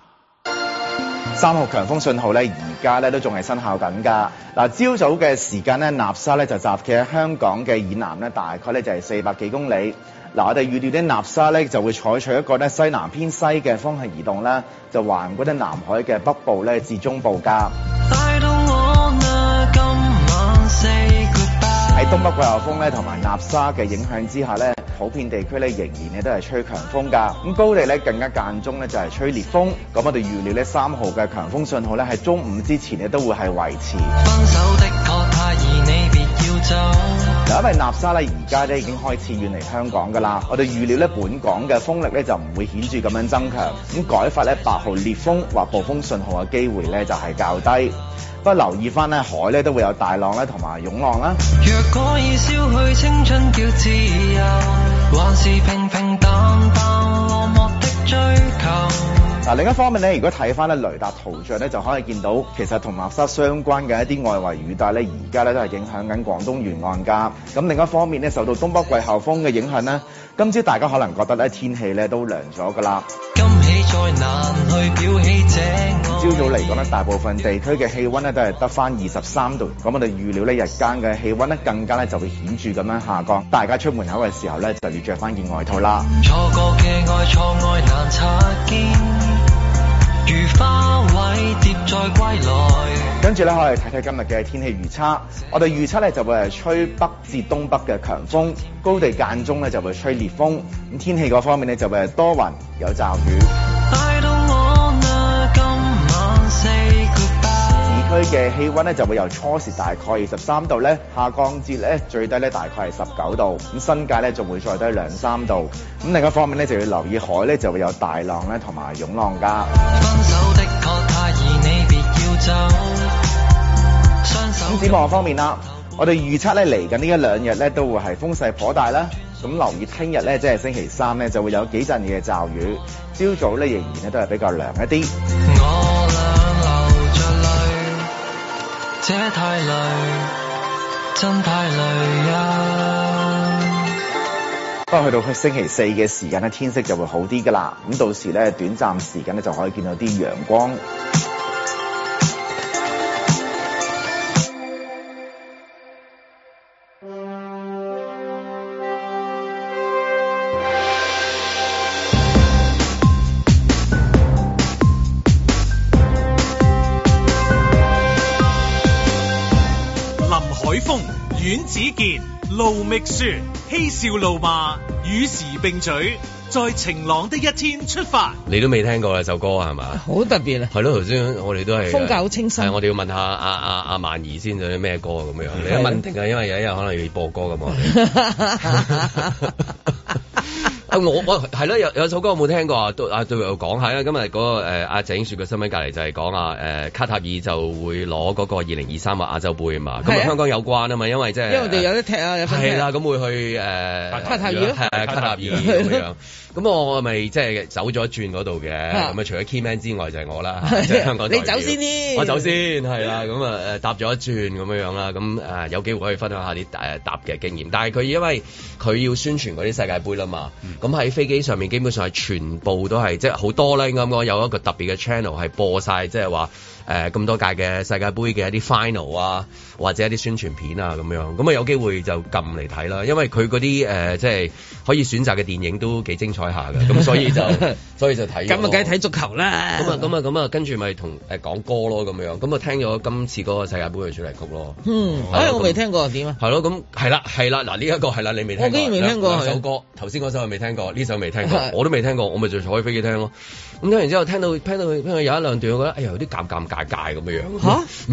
S6: 三號強風信號咧，而家咧都仲係生效緊㗎。嗱，朝早嘅時間咧，納沙咧就集結喺香港嘅以南咧，大概咧就係四百幾公里。嗱，我哋預料咧納沙咧就會採取一個咧西南偏西嘅方向移動啦，就橫過咧南海嘅北部咧至中部㗎。
S7: 帶到我那今晚 say goodbye。
S6: 喺東北季候風咧同埋納沙嘅影響之下咧，普遍地區咧仍然咧都係吹強風㗎。咁高地咧更加間中咧就係吹烈風。咁我哋預料咧三號嘅強風信號咧喺中午之前咧都會係維持。
S7: 分手的確太易，你別要走。
S6: 嗱，因為納沙咧而家咧已經開始遠離香港㗎啦，我哋預料咧本港嘅風力咧就唔會顯著咁樣增強，咁改發咧八號烈風或暴風信號嘅機會咧就係較低。不過留意翻咧海咧都會有大浪咧同埋湧浪啦。
S7: 若果已消去青春叫自由，還是平平淡淡落寞的追求。
S6: 嗱，另一方面咧，如果睇翻咧雷達圖像咧，就可以見到其實同垃圾相關嘅一啲外圍雨帶咧，而家咧都係影響緊廣東沿岸㗎。咁另一方面咧，受到東北季候風嘅影響咧，今朝大家可能覺得咧天氣咧都涼咗㗎啦。
S7: 今起再難去表起這愛。
S6: 朝早嚟講咧，大部分地區嘅氣温咧都係得翻二十三度，咁我哋預料咧日間嘅氣温咧更加咧就會顯著咁樣下降，大家出門口嘅時候咧就要着翻件外套啦。
S7: 錯過嘅愛，錯愛難擦肩，如花卉蝶再歸來。
S6: 跟住咧，我哋睇睇今日嘅天氣預測。我哋預測咧就會係吹北至東北嘅強風，高地間中咧就會吹烈風。咁天氣嗰方面咧就會係多雲有驟雨。
S7: 帶到我那今晚 say goodbye。
S6: 市區嘅氣温咧就會由初時大概二十三度咧下降至咧最低咧大概係十九度。咁新界咧就會再低兩三度。咁另一方面咧就要留意海咧就會有大浪咧同埋湧浪㗎。
S7: 分手的確太易，你別要走。雙手
S6: 咁展望方面啦，我哋預測咧嚟緊呢一兩日咧都會係風勢頗大啦。咁留意聽日咧，即係星期三咧就會有幾陣嘅驟雨。朝早咧仍然咧都係比較涼一啲。
S7: 我倆流着淚，這太累，真太累啊！
S6: 不過去到星期四嘅時間咧，天色就會好啲㗎啦。咁到時咧短暫時間咧就可以見到啲陽光。
S1: 林海峰、阮子健、盧覓雪、嬉笑怒罵，與時並舉，在晴朗的一天出發。
S2: 你都未聽過啦首歌係嘛？
S8: 好特別啊！
S2: 係咯，頭先我哋都係
S8: 風格好清新
S2: 係我哋要問下阿阿阿萬兒先，有啲咩歌咁樣？ 你一問定啊，因為有一日可能要播歌咁我哋。 啊！我我係咯，有有首歌我冇聽過啊，對啊對又講下，因為今日嗰、個誒阿鄭英雪嘅新聞隔離就係講啊誒卡塔爾就會攞嗰個二零二三嘅亞洲杯啊嘛，咁
S8: 係
S2: 啊
S8: 啊
S2: 香港有關啊嘛，因為即係
S8: 因為我哋有得踢啊，有分踢
S2: 係
S8: 啊
S2: 啦，咁會去誒
S8: 卡塔爾咯
S2: 係啊卡塔爾咁 樣。咁我咪即係走咗一轉嗰度嘅，
S8: 啊
S2: 咁啊除咗 Keyman 之外就係我 啦，
S8: 係啊
S2: 即係香港代表
S8: 你走先添
S2: 我走先係啦，咁啊誒搭咗一轉咁樣樣啦，咁誒有機會可以分享下啲誒搭嘅經驗，但係佢因為佢要宣傳嗰啲世界盃啦嘛，
S8: 嗯
S2: 咁喺飛機上面基本上係全部都係即係好多啦，應該咁講有一個特別嘅 channel 係播晒，即係話。誒咁多屆嘅世界盃嘅一啲 final 啊，或者一啲宣傳片啊咁樣，咁啊有機會就撳嚟睇啦，因為佢嗰啲誒即係可以選擇嘅電影都幾精彩下嘅，咁所 以就所以就睇咗
S8: 咁啊，
S2: 咯
S8: 梗係睇足球啦。
S2: 哎咁啊咁啊咁啊，跟住咪同誒講歌咯咁樣，咁啊聽咗今次嗰個世界盃嘅主題曲咯。啊
S8: 嗯，哎，我未聽過點啊？
S2: 係咯，咁係啦，係啦，嗱呢一個係啦，你未聽過，
S8: 我竟然未聽過
S2: 兩
S8: 係
S2: 兩首歌，頭先嗰首我未聽過，呢首未聽過
S8: 係，
S2: 我都未聽過，我咪就坐喺飛機聽咯。咁聽完之後，聽到聽到聽到有一兩段，我覺得哎呀有啲尷尷尬尬咁樣樣。
S8: 吓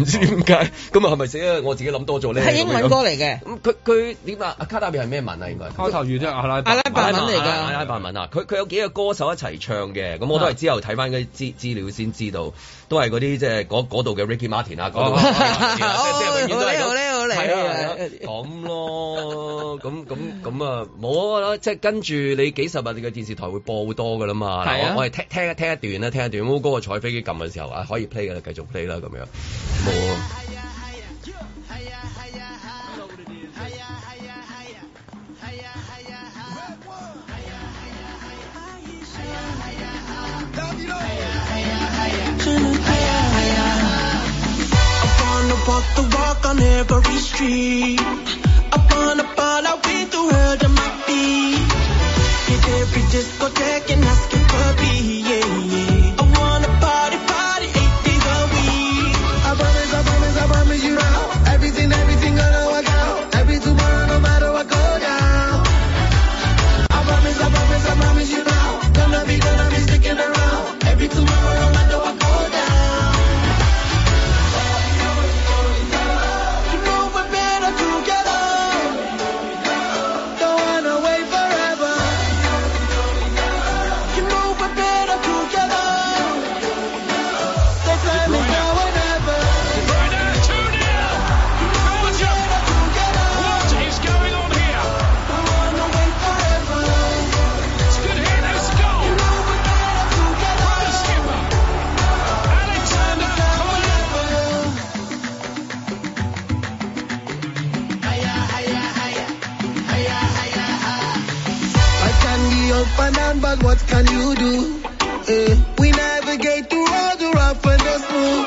S2: 唔知點解，咁啊係咪死啊？我自己諗多咗咧。
S8: 係英文歌嚟嘅，
S2: 咁樣。咁佢佢點啊？卡塔爾係咩文啊？應該係
S3: 卡塔爾即係阿拉伯
S8: 阿拉伯文嚟㗎
S2: 阿拉伯文啊啊，佢佢有幾個歌手一齊唱嘅，咁我都
S8: 啊
S2: 係之後睇翻嗰啲資資料先知道，都係嗰啲即係嗰嗰度嘅 Ricky Martin 啊，嗰度嘅 Ricky Martin 啊即係即係永遠都係咁
S8: 哦好咧好咧好咧
S2: 係啊係啊咁咯，咁咁咁啊，冇啊，即係跟住你幾十日你嘅電視台會播好多噶啦嘛，
S8: 係啊
S2: 我我係聽聽聽一段啦，聽一段，咁嗰個坐飛機撳嘅時候啊，可以 play 㗎啦，繼續 play 啦咁樣，冇啊。
S9: I wanna walk the walk on every street. I wanna ball out with the world on my feet. Hit every discotheque and asking for me, yeah, yeah. I wanna party, party eight days a week. I promise, I promise, I promise you now. Everything, everything gonna work out. Every tomorrow, no matter what go down. I promise, I promise, I promise you now. Gonna be, gonna be sticking around. Every tomorrow, no matter what go down. You know we're better together. Don't wanna wait forever. You know we're better together. They play me now or never. Better together. Don't wanna wait forever. You know we're better together. Now or never. I can be up and down, but what can you do? Eh, we navigate the road, the rough and the smooth.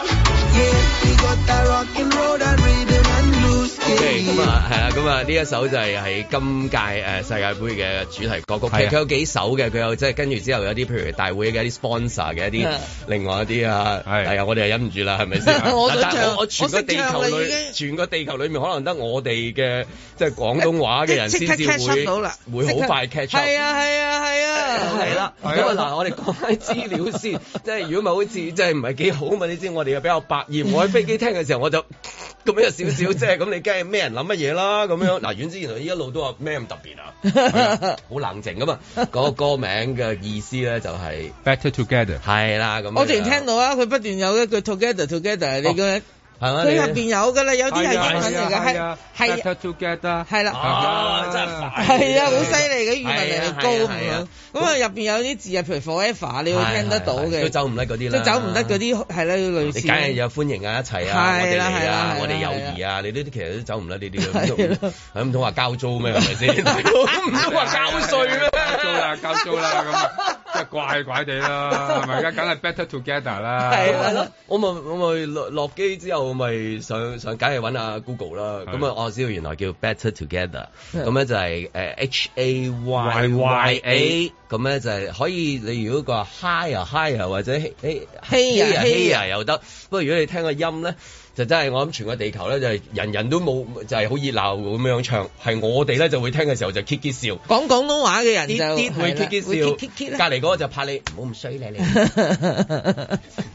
S9: Yeah, we got that rockin' road and rhythm and blues. Yeah,
S2: OK，咁
S9: yeah.
S2: 啊，係啦，咁啊，呢一首就係喺今屆誒世界盃嘅主題歌曲。其實
S3: 係啊
S2: 佢有幾首嘅，佢有即係跟住之後有啲譬如大會嘅一啲 sponsor 嘅一啲
S8: 啊，？
S2: 另外一啲啊，
S3: 係
S2: 係啊，我哋係忍唔住啦，係 咪先
S8: 我想
S2: 但但
S8: 唱
S2: 我全個地球
S8: 我識唱啦已
S2: 裏，
S8: 經
S2: 全個地球裏面可能得我哋嘅即係廣東話嘅人
S8: 即
S2: 先
S8: 刻
S2: 至
S8: catch up
S2: 會
S8: 到啦，
S2: 會好快 catch up。
S8: 係啊係啊係啊，
S2: 係啦，
S3: 係啊
S2: 咁啊嗱，我哋講翻資料先，即係如果唔係好似即係唔係幾好嘛？你知我哋又比較百厭，我喺飛機聽嘅時候我就咁樣有少少，即係咁你梗係咩人諗乜嘢啦咁樣。嗱，阮之原來一路都話咩咁特別啊， 好冷靜噶嘛。嗰個歌名嘅意思咧就係
S3: Better Together。
S2: 係啦咁樣。
S8: 我之前聽到啊，佢不斷有一句 together together，你個
S2: 係嘛？
S8: 佢入
S2: 哦啊你
S8: 邊有㗎啦，有
S3: 有
S8: 啲係英文嚟㗎，係係
S3: 啊 Better Together。
S8: 係啦。
S2: 啊，真係煩
S8: 係啊，好犀利嘅語文能
S2: 係啊
S8: 力高
S2: 係
S8: 咁
S2: 啊係
S8: 樣
S2: 啊，
S8: 咁啊入邊有啲字啊，譬如 forever 你會聽得到
S2: 係係啊
S8: 嘅，
S2: 係都走唔甩嗰啲啦，
S8: 都走唔得嗰啲係啦，類
S2: 你
S8: 似
S2: 梗係有歡迎啊，一齊啊，我哋
S8: 係
S2: 嚟
S8: 啦係
S2: 啊
S8: 啦，
S2: 我哋
S8: 係
S2: 友
S8: 啦
S2: 誼啊，你呢啲其實都走唔甩呢啲
S8: 係
S2: 嘅，
S8: 啦
S2: 咁唔通話交租咩？係 咪先？大佬唔通話交税咩？
S3: 交
S8: 啊
S3: 租啦，交租啦， 咁啊，即係怪怪地啦，係咪？而家梗係 better together 啦，
S8: 係
S2: 係
S8: 啊啦
S2: 咯，我咪我咪啊落落機之後咪上上梗係揾下 Google 啦，
S3: 係
S2: 咁啊我知道原來叫 Better Together，咁咧就係誒 H A Y
S3: Y Y
S2: Y
S3: A
S2: A 咁咧就係可以你如果佢話 high 啊 high 啊或者 hey hey
S4: 嘿啊
S2: hey 啊
S4: 嘿
S2: hey
S4: 啊
S2: 啊又得，不過如果你聽個音咧。就真係我諗全個地球咧，就係人人都冇，就係好熱鬧咁樣唱。係我哋咧就會聽嘅時候就 k i k 笑，
S4: 講廣東話嘅人就
S2: 啲啲會
S4: 係啦
S2: k i
S4: 會
S2: 笑，
S4: 揭揭
S2: 隔離嗰個就怕你唔好咁衰咧，你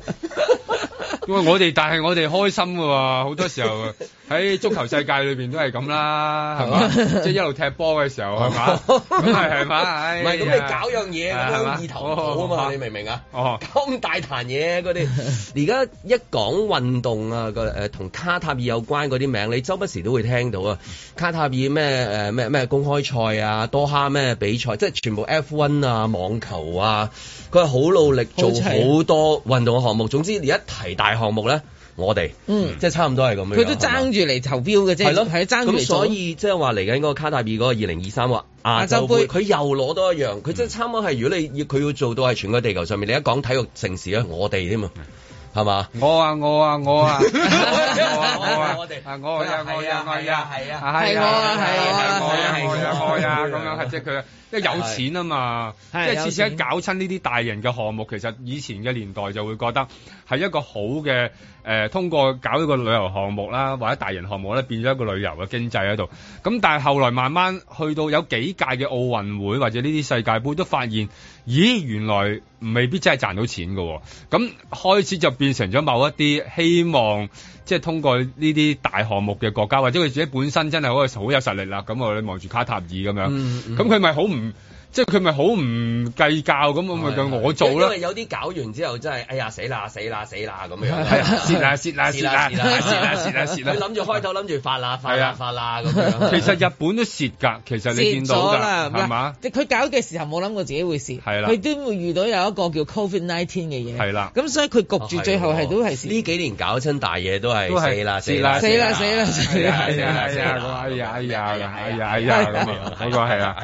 S3: 因為啊我哋但係我哋開心嘅喎，好多時候喺足球世界裏邊都係咁啦，係 嘛？即係一路踢波嘅時候 係哎嘛？咁係係嘛？唉
S2: 唔係咁你搞樣嘢
S3: 係
S2: 咁
S3: 嘛
S2: 樣意頭唔好啊
S3: 哦
S2: 嘛，你明唔明啊？
S3: 哦，
S2: 咁大壇嘢嗰啲，而家一講運動啊，個誒同卡塔爾有關嗰啲名，你周不時都會聽到啊。卡塔爾咩誒咩咩公開賽啊，多哈咩比賽，即係全部 F1 啊、網球啊，佢係好努力做好多運動嘅項目。總之，而家提大項目咧，我哋
S4: 嗯，
S2: 即係差唔多係咁樣。
S4: 佢都
S2: 係嘛
S4: 爭住嚟投標嘅啫，
S2: 係咯，
S4: 係爭住
S2: 咁
S4: 嚟做
S2: 所。以即係話嚟緊嗰個卡塔爾嗰個二零二三個亞洲
S4: 亞
S2: 杯，
S4: 洲
S2: 佢又攞多一樣，佢即係差唔多係如果你要佢要做到係全個地球上面，你一講體育城市咧，啊我哋添嘛，係嘛？
S3: 我啊我啊 我啊我啊我啊
S2: 我哋
S3: 啊我啊我啊我啊
S2: 係啊係啊
S4: 係我啊係我啊
S2: 係
S3: 我啊我啊
S2: 我啊
S3: 我啊
S2: 係
S3: 咁
S2: 我啊
S3: 樣係即係佢，因為有錢啊嘛，即
S4: 係
S3: 係次次
S4: 有
S3: 一
S4: 錢
S3: 搞親呢啲大型嘅項目，其實以前嘅年代就會覺得係一個好嘅誒、呃通過搞一個旅遊項目啦，或者大型項目咧，變咗一個旅遊嘅經濟喺度。咁但係後來慢慢去到有幾屆嘅奧運會或者呢啲世界盃，都發現，咦，原來未必真係賺到錢嘅喎、咁開始就變成咗某一啲希望，即係通過呢啲大項目嘅國家，或者佢自己本身真係好有好有實力啦。咁我哋望住卡塔爾咁樣，
S2: 嗯嗯
S3: 咁佢咪好唔即係佢咪好唔計較咁，我咪叫我做
S2: 啊因
S3: 啦
S2: 為。有啲搞完之後真係，哎呀死啦死啦死啦咁樣，
S3: 係啊蝕啦蝕啦蝕啦蝕啦蝕啦蝕 啦蝕啦
S2: 佢諗住開頭諗住發啦發
S3: 係
S2: 啦
S3: 啊
S2: 發啦咁樣。
S3: 其實日本都蝕㗎，其實你
S4: 蝕
S3: 見到
S4: 咗
S3: 㗎，
S4: 啦，
S3: 係嘛？
S4: 嗱？佢搞嘅時候冇諗過自己會蝕，
S3: 係啦
S4: 佢都會遇到有一個叫 Covid nineteen 嘅嘢，
S3: 係啦哦
S4: 咁所以佢焗住哦最後係都係
S2: 哦呢
S4: 蝕。
S2: 幾年搞親大嘢都係
S3: 都係
S2: 死啦
S3: 死啦
S4: 死啦死啦死啦
S3: 哎呀哎呀哎呀哎呀哎呀哎呀哎呀咁啊，嗰個 係啦，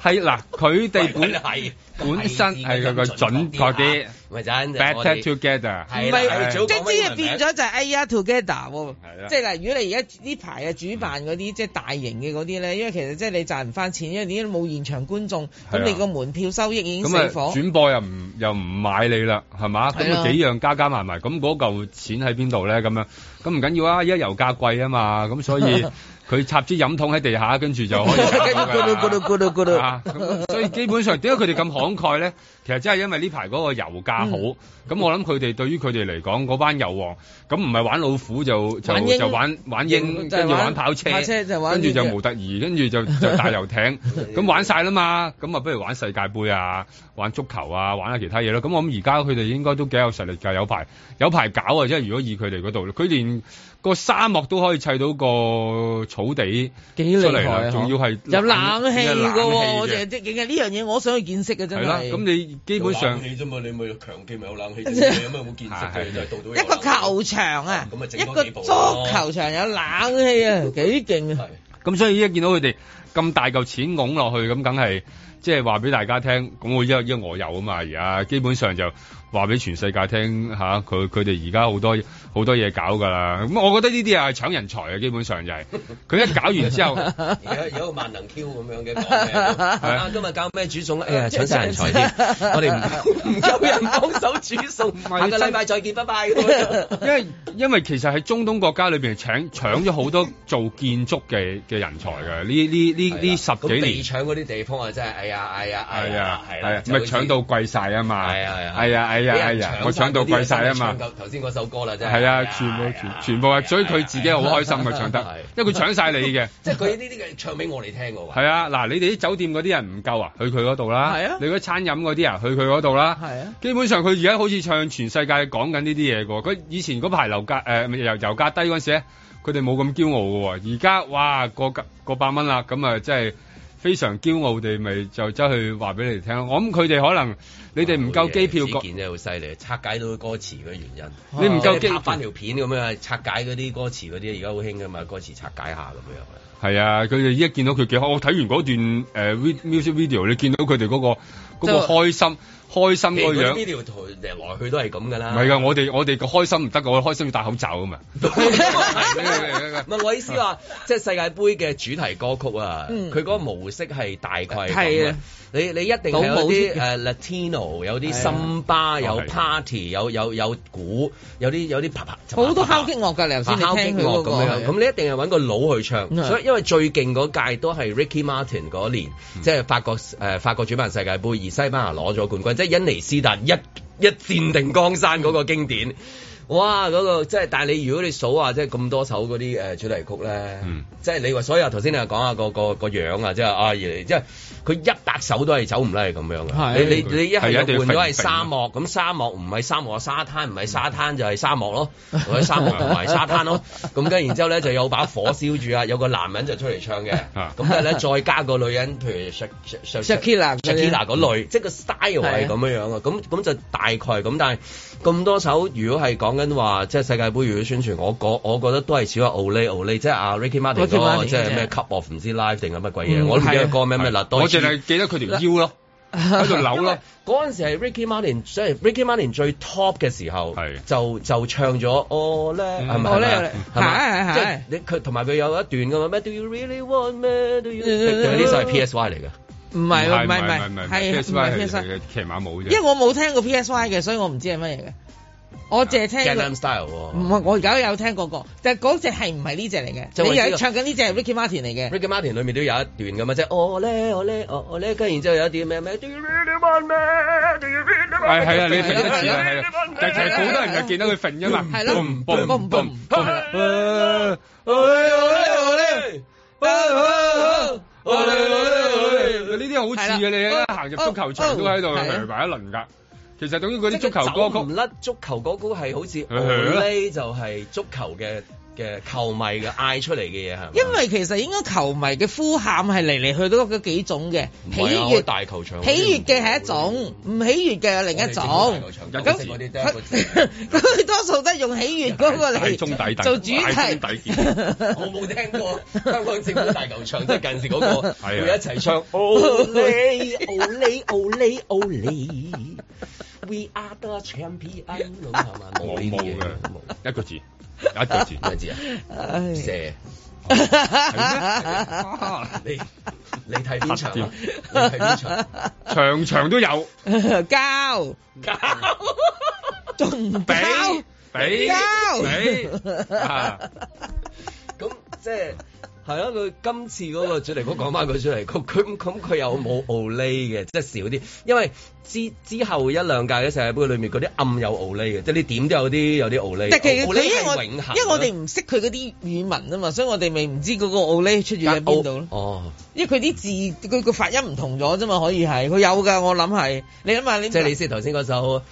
S3: 係嗱，佢哋本
S2: 啊係
S3: 本身係佢個準確啲
S2: 咪陣
S3: better together，
S2: 係
S4: 唔
S2: 啦
S3: 係
S4: 係，
S2: 最好
S4: 即係
S2: 講
S4: 啲嘢
S2: 英文
S4: 變咗就係哎呀 together 喎
S3: 係啦，
S4: 即係嗱，如果你而家呢排啊主辦嗰啲即係大型嘅嗰啲咧，因為其實即係你賺唔翻錢，因為點解冇現場觀眾，
S3: 係
S4: 咁
S3: 啊
S4: 你個門票收益已經
S3: 咁
S4: 死
S3: 啊
S4: 火。
S3: 轉播又唔又唔買你啦，係嘛？咁
S4: 係啊
S3: 啊幾樣加加埋埋，咁嗰嚿錢喺邊度咧？咁樣咁唔緊要啊，依家油價貴啊嘛，咁所 以佢插支飲筒喺地下，跟住就可以搞
S4: 跟住 咕嚕咕嚕咕
S3: 㗎啦
S4: 嚕咕嚕
S3: 啊咁所以基本上點解佢哋咁慷慨咧？其實真係因為呢排嗰個油價好，
S4: 嗯
S3: 咁、我諗佢哋對於佢哋嚟講，嗰班油王咁唔係玩老虎就就
S4: 玩鷹啊
S3: 就玩玩
S4: 就
S3: 鷹，
S4: 係
S3: 跟住
S4: 玩
S3: 玩跑車，
S4: 跑車就玩
S3: 跟住就
S4: 鷹
S3: 模特兒，跟住就就大 遊艇，咁啊玩晒啦嘛，咁啊不如玩世界盃啊，玩足球啊，玩下其他嘢咯。咁我諗而家佢哋應該都幾有實力㗎，有排有排搞啊！即係如果以佢哋嗰度，佢連個沙漠都可以砌到個草地。
S4: 幾
S3: 出
S4: 厲
S3: 嚟
S4: 害
S3: 啦
S4: 啊！
S3: 仲要係
S4: 有冷氣
S3: 有
S4: 㗎
S3: 冷氣
S4: 喎，
S3: 嘅
S4: 我淨係即係呢樣嘢，我想去見識啊嘅真
S3: 係啦，
S4: 係。
S3: 咁你基本上
S2: 氣啫嘛，你咪強肌咪有冷氣啫，你有咩冇見識嘅？你都係到到有
S4: 一個球場啊，
S2: 咁咪整
S4: 一
S2: 多
S4: 個
S2: 幾部
S4: 足
S2: 咯
S4: 球場有冷氣 啊，幾勁啊！
S2: 係
S3: 咁所以一見到佢哋咁大嚿錢拱落去，咁梗係即係話俾大家聽，咁我依家依家我有啊嘛，而家基本上就話俾全世界聽吓，佢佢哋而家好多好多嘢搞㗎啦。咁我覺得呢啲係搶人才啊，基本上就係、佢一搞完之後，
S2: 而家有個萬能 Q 咁樣嘅講咩？啊，今日教咩煮餸？哎呀，搶晒人才添，我 哋唔唔夠人幫手煮餸，下個禮拜再見，拜拜咁樣。
S3: 因為因為其實喺中東國家裏邊搶搶咗好多做建築嘅嘅人才㗎，呢呢呢呢十幾
S2: 啊咁
S3: 年
S2: 被。搶嗰啲地方啊，真係哎呀哎呀哎
S3: 係
S2: 呀
S3: 啊，
S2: 係
S3: 係
S2: 啦
S3: 啊，，咪搶到貴晒啊嘛！
S2: 係啊係啊
S3: 係啊，係
S2: 俾
S3: 啊，
S2: 人
S3: 係啊，
S2: 搶
S3: 我
S2: 晒
S3: 搶到
S2: 嗰啲
S3: 貴晒啊嘛！
S2: 真係搶夠頭先嗰首歌啦，真係
S3: 係啊，
S2: 哎呀
S3: 全部
S2: 哎呀
S3: 全全部係追
S2: 哎
S3: 佢
S2: 呀
S3: 自己好開心嘅唱
S2: 係
S3: 得，因為佢搶晒你嘅。
S2: 即係佢呢啲嘅唱俾我哋聽嘅喎。
S3: 係啊，嗱，你哋啲酒店嗰啲人唔夠啊，去佢嗰度啦。
S4: 係啊
S3: 你嗰啲餐飲嗰啲人去佢嗰度啦。
S4: 係啊，
S3: 基本上佢而家好似唱全世界講緊呢啲嘢嘅喎。佢以前嗰排樓價誒咪油油價低嗰陣時咧，佢哋冇咁驕傲嘅喎。而家哇過過百蚊啦，咁啊真係非常驕傲地咪就走去話俾你哋聽咯。我諗佢哋可能你哋唔夠機票
S2: 子
S3: 個，
S2: 健真係好犀利，拆解到歌詞嘅原因。啊
S3: 你唔夠機
S2: 拍翻條片咁樣拆解嗰啲歌詞嗰啲，而家好興噶嘛，歌詞拆解下咁樣。
S3: 係啊，佢哋依家見到佢幾好。我睇完嗰段誒、呃 vi- music video，你見到佢哋嗰
S4: 就
S3: 個嗰、個開心，開心個樣。
S2: 呢條圖嚟來去都係咁㗎啦。
S3: 唔 係㗎，我哋我哋個開心唔得㗎，我哋開心要戴口罩 啊嘛。
S4: 啊
S3: 啊
S2: 唔係我意思話，即係世界盃嘅主題歌曲啊，佢嗰個模式係大概係咁
S4: 嗯係
S2: 啊
S4: 啊。
S2: 你你一定係有啲誒 Latino，有啲
S4: 啊
S2: 森巴，有
S4: 哦
S2: party，有有有鼓，有啲有啲啪啪。
S4: 好多敲擊樂㗎，你頭先
S2: 啊敲
S4: 你
S2: 擊
S4: 聽佢嗰
S2: 樂
S4: 個
S2: 咁樣，咁你一定係揾個腦去唱，
S4: 嗯
S2: 所以因為最勁嗰屆都係 Ricky Martin 嗰年，
S4: 嗯
S2: 即係法國誒法國主辦世界盃，而西班牙攞咗冠軍，即係恩尼斯達一一戰定江山嗰個經
S4: 嗯
S2: 典。哇！嗰、個即係，但係你如果你數下，即係咁多首嗰啲誒主題曲咧，
S4: 嗯
S2: 即係你話，所以啊頭先你又講下個個個樣啊，即係啊，而嚟即係佢一百首都係走唔甩係咁樣嘅。
S4: 係
S2: 你你你一係
S3: 係一定
S2: 就
S3: 要
S2: 換咗係
S3: 揈
S2: 沙漠，咁沙漠唔係沙漠沙灘，唔係沙灘就係沙漠 咯，或者沙漠唔係沙灘咯。 咁跟然之後咧就有把火燒住啊，有個男人就出嚟唱嘅，
S3: 啊
S2: 咁但係咧再加個女人，譬如 Sha- Sha- Sha-
S4: Shakira 嗰啲
S2: Shakira 嗰類，即係個 style 係咁樣樣啊。咁咁就大概咁，但係咁多首，如果係講緊話，即係世界盃如果宣傳，我覺我覺得都係少咗 Olay Olay，即係阿 Ricky Martin 嗰
S4: Ricky
S2: 個
S4: Martin，
S2: 即係咩
S4: 係啊
S2: Cup of 唔知 Live 定係乜鬼嘢，
S4: 嗯
S2: 我都唔記得
S4: 係啊
S2: 歌咩咩啦，
S3: 我淨係記得佢條腰 咯，喺度扭
S2: 因為
S3: 咯。
S2: 嗰陣時係 Ricky Martin，即係 Ricky Martin 最 top 嘅時候
S3: 係，
S2: 就就唱咗 Ole，係咪？
S4: Ole，
S2: 係咪係咪
S4: 係係係
S2: 即係你佢同埋佢有一段噶嘛？咩 Do you really want me？Do you？
S4: 嗯
S2: 呢首係 PSY 嚟嘅。
S4: 唔係喎唔係唔係
S3: 唔係
S4: 係唔
S3: PSY
S4: 係
S3: 係
S4: PSY，
S3: 佢騎馬舞啫。
S4: 因為我冇聽過 PSY 嘅，所以我唔知係乜嘢嘅。我淨係聽
S2: Gangnam
S4: 過
S2: Style
S4: 唔
S2: 喎。
S4: 係我而家有聽嗰個，但係嗰只係唔係呢只嚟
S2: 就
S4: 嘅？
S2: 係
S4: 你
S2: 呢個
S4: 有唱緊呢只係 Ricky Martin 嚟嘅。
S2: Ricky Martin 裏面都有一段咁嘛，即係哦咧哦咧哦哦咧，跟住然之後有一段咩咩，Do you really want me？Do you really want
S3: 係
S2: me？
S3: 係啊，你揈得字啊，係啊，但係其實好多人就見到佢揈啊嘛，
S4: 係咯
S3: 嘣嘣
S4: 嘣
S3: 嘣
S4: 嘣
S3: 嘣，呢啲好似嘅，你一行入足球場都喺度嚟埋一輪㗎。其實等於嗰啲足球歌
S2: 唔
S3: 曲，
S2: 甩足球歌曲係好似 Olay 就係足球嘅嘅球迷嘅嗌出嚟嘅嘢係咪？
S4: 因為其實應該球迷嘅呼喊係嚟嚟去去都嗰幾種嘅，
S2: 唔
S4: 喜
S2: 係啊
S4: 悅
S2: 大球場
S4: 喜悅嘅係一種，唔喜悅嘅係另一種。
S2: 咁嗰啲得一個字。
S4: 佢多數都係用喜悅 嗰個
S3: 大
S4: 嚟
S3: 中大大
S4: 做主
S3: 大中
S4: 題。
S3: 大
S2: 我冇聽過 香港政府大球場，即係近時嗰個
S3: 係啊
S2: 會一齊唱 Olay Olay Olay Olay，We are the champion 咁係嘛？
S3: 我
S2: 冇呢啲
S3: 冇
S2: 嘢
S3: 嘅，
S2: 冇
S3: 一個字，一個字，
S2: 咩字啊？射
S4: 唉
S2: 你你睇邊場啊？你睇邊場？
S3: 場場都有，
S4: 交仲唔
S3: 俾
S4: 交？
S3: 俾
S4: 交
S3: 俾啊！
S2: 咁即係係咯，佢今次嗰個主題曲講翻佢主題曲， 佢咁佢又冇 Olay 嘅，即係少啲，因為之之後一兩屆嘅世界盃裏面嗰啲暗有 Olay 嘅，即係你點都有啲有啲 Olay。
S4: 但其實佢
S2: Olay
S4: 因為我
S2: 係
S4: 因
S2: 永恆啊
S4: 為我哋唔識佢嗰啲語文啊嘛，所以我哋咪唔知嗰個奧咧出現喺邊度咯。
S2: 哦，
S4: 因為佢啲字佢個發音唔同咗啫嘛，可以係佢有㗎，我諗係你諗下你
S2: 即係你先頭先嗰首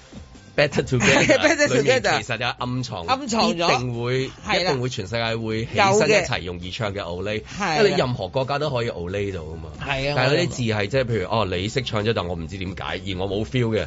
S2: Better Together，
S4: Better
S2: 裏面
S4: Together
S2: 其實有暗藏
S4: 暗藏咗
S2: 一定會一
S4: 係啦
S2: 定會全世界會起
S4: 有
S2: 身一
S4: 嘅
S2: 齊用易唱嘅 Olay，
S4: 係
S2: 因為
S4: 啦
S2: 你任何國家都可以 Olay 到啊嘛。
S4: 係啊，
S2: 但係
S4: 我
S2: 有啲
S4: 諗
S2: 字係即係譬如哦，你識唱咗，但我唔知點解，而我冇 feel 嘅，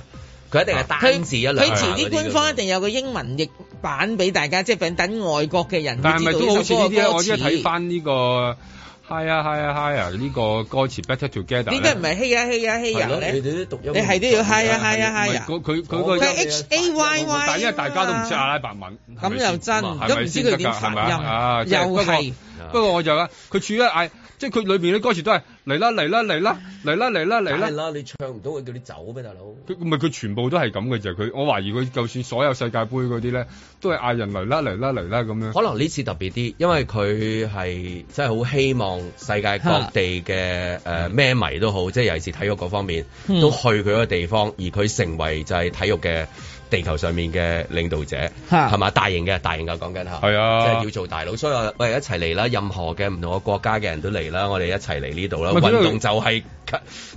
S2: 佢一定係
S4: 佢
S2: 單字一兩下
S4: 啊佢遲
S2: 嗰
S4: 啲
S2: 啲
S4: 官方
S2: 㗎
S4: 一定有個英文譯版俾大家，即係等外國嘅人
S3: 但係咪
S4: 會知
S3: 都
S4: 道
S3: 好
S4: 呢
S3: 似
S4: 首歌嘅歌
S3: 呢啲咧？我依家睇
S4: 詞。
S3: 翻呢個 Hi 啊 Hi 啊 Hi 啊呢個歌詞 Better Together
S4: 點
S3: 呢
S4: 解唔係希啊希啊希
S2: 係
S4: 啊
S2: 咯你
S4: 咧？
S2: 哋啲讀音
S4: 你係都要嗨啊嗨啊
S3: 唔
S4: 嗨
S3: 係
S4: 啊！
S3: 佢佢佢個
S4: 佢 H A Y 啊 Y，
S3: 但因為大家都唔啊識阿拉伯文，
S4: 哎
S3: 係咪
S4: 咁
S3: 先
S4: 又真，
S2: 嘛
S4: 都唔知佢點發
S3: 係咪先得㗎係咪啊
S4: 音，
S3: 即係
S4: 又係
S3: 不過我就話佢處於嗌，即係佢裏邊啲歌詞都係嚟啦嚟啦嚟啦嚟啦嚟啦
S2: 梗
S3: 嚟
S2: 係
S3: 啦。
S2: 啦，你唱唔到，佢叫你走咩，大佬？
S3: 佢唔係佢全部都係咁嘅啫，佢我懷疑佢就算所有世界盃嗰啲咧，都係嗌人嚟啦嚟啦嚟啦咁樣。
S2: 可能呢次特別啲，因為佢係真係好希望世界各地
S3: 嗯
S2: 嘅誒咩迷都好，即係尤其是體育嗰方面，
S4: 嗯
S2: 都去佢個地方，而佢成為就係體育嘅地球上面嘅領導者，
S4: 嚇
S2: 係嘛？大型嘅，大型嘅講緊嚇。
S3: 係
S2: 即
S3: 啊
S2: 係要，做大佬，所以話喂一齊嚟啦！任何嘅唔同嘅國家嘅人都嚟啦，我哋一齊嚟呢度啦。
S3: 咪佢都
S2: 運動就係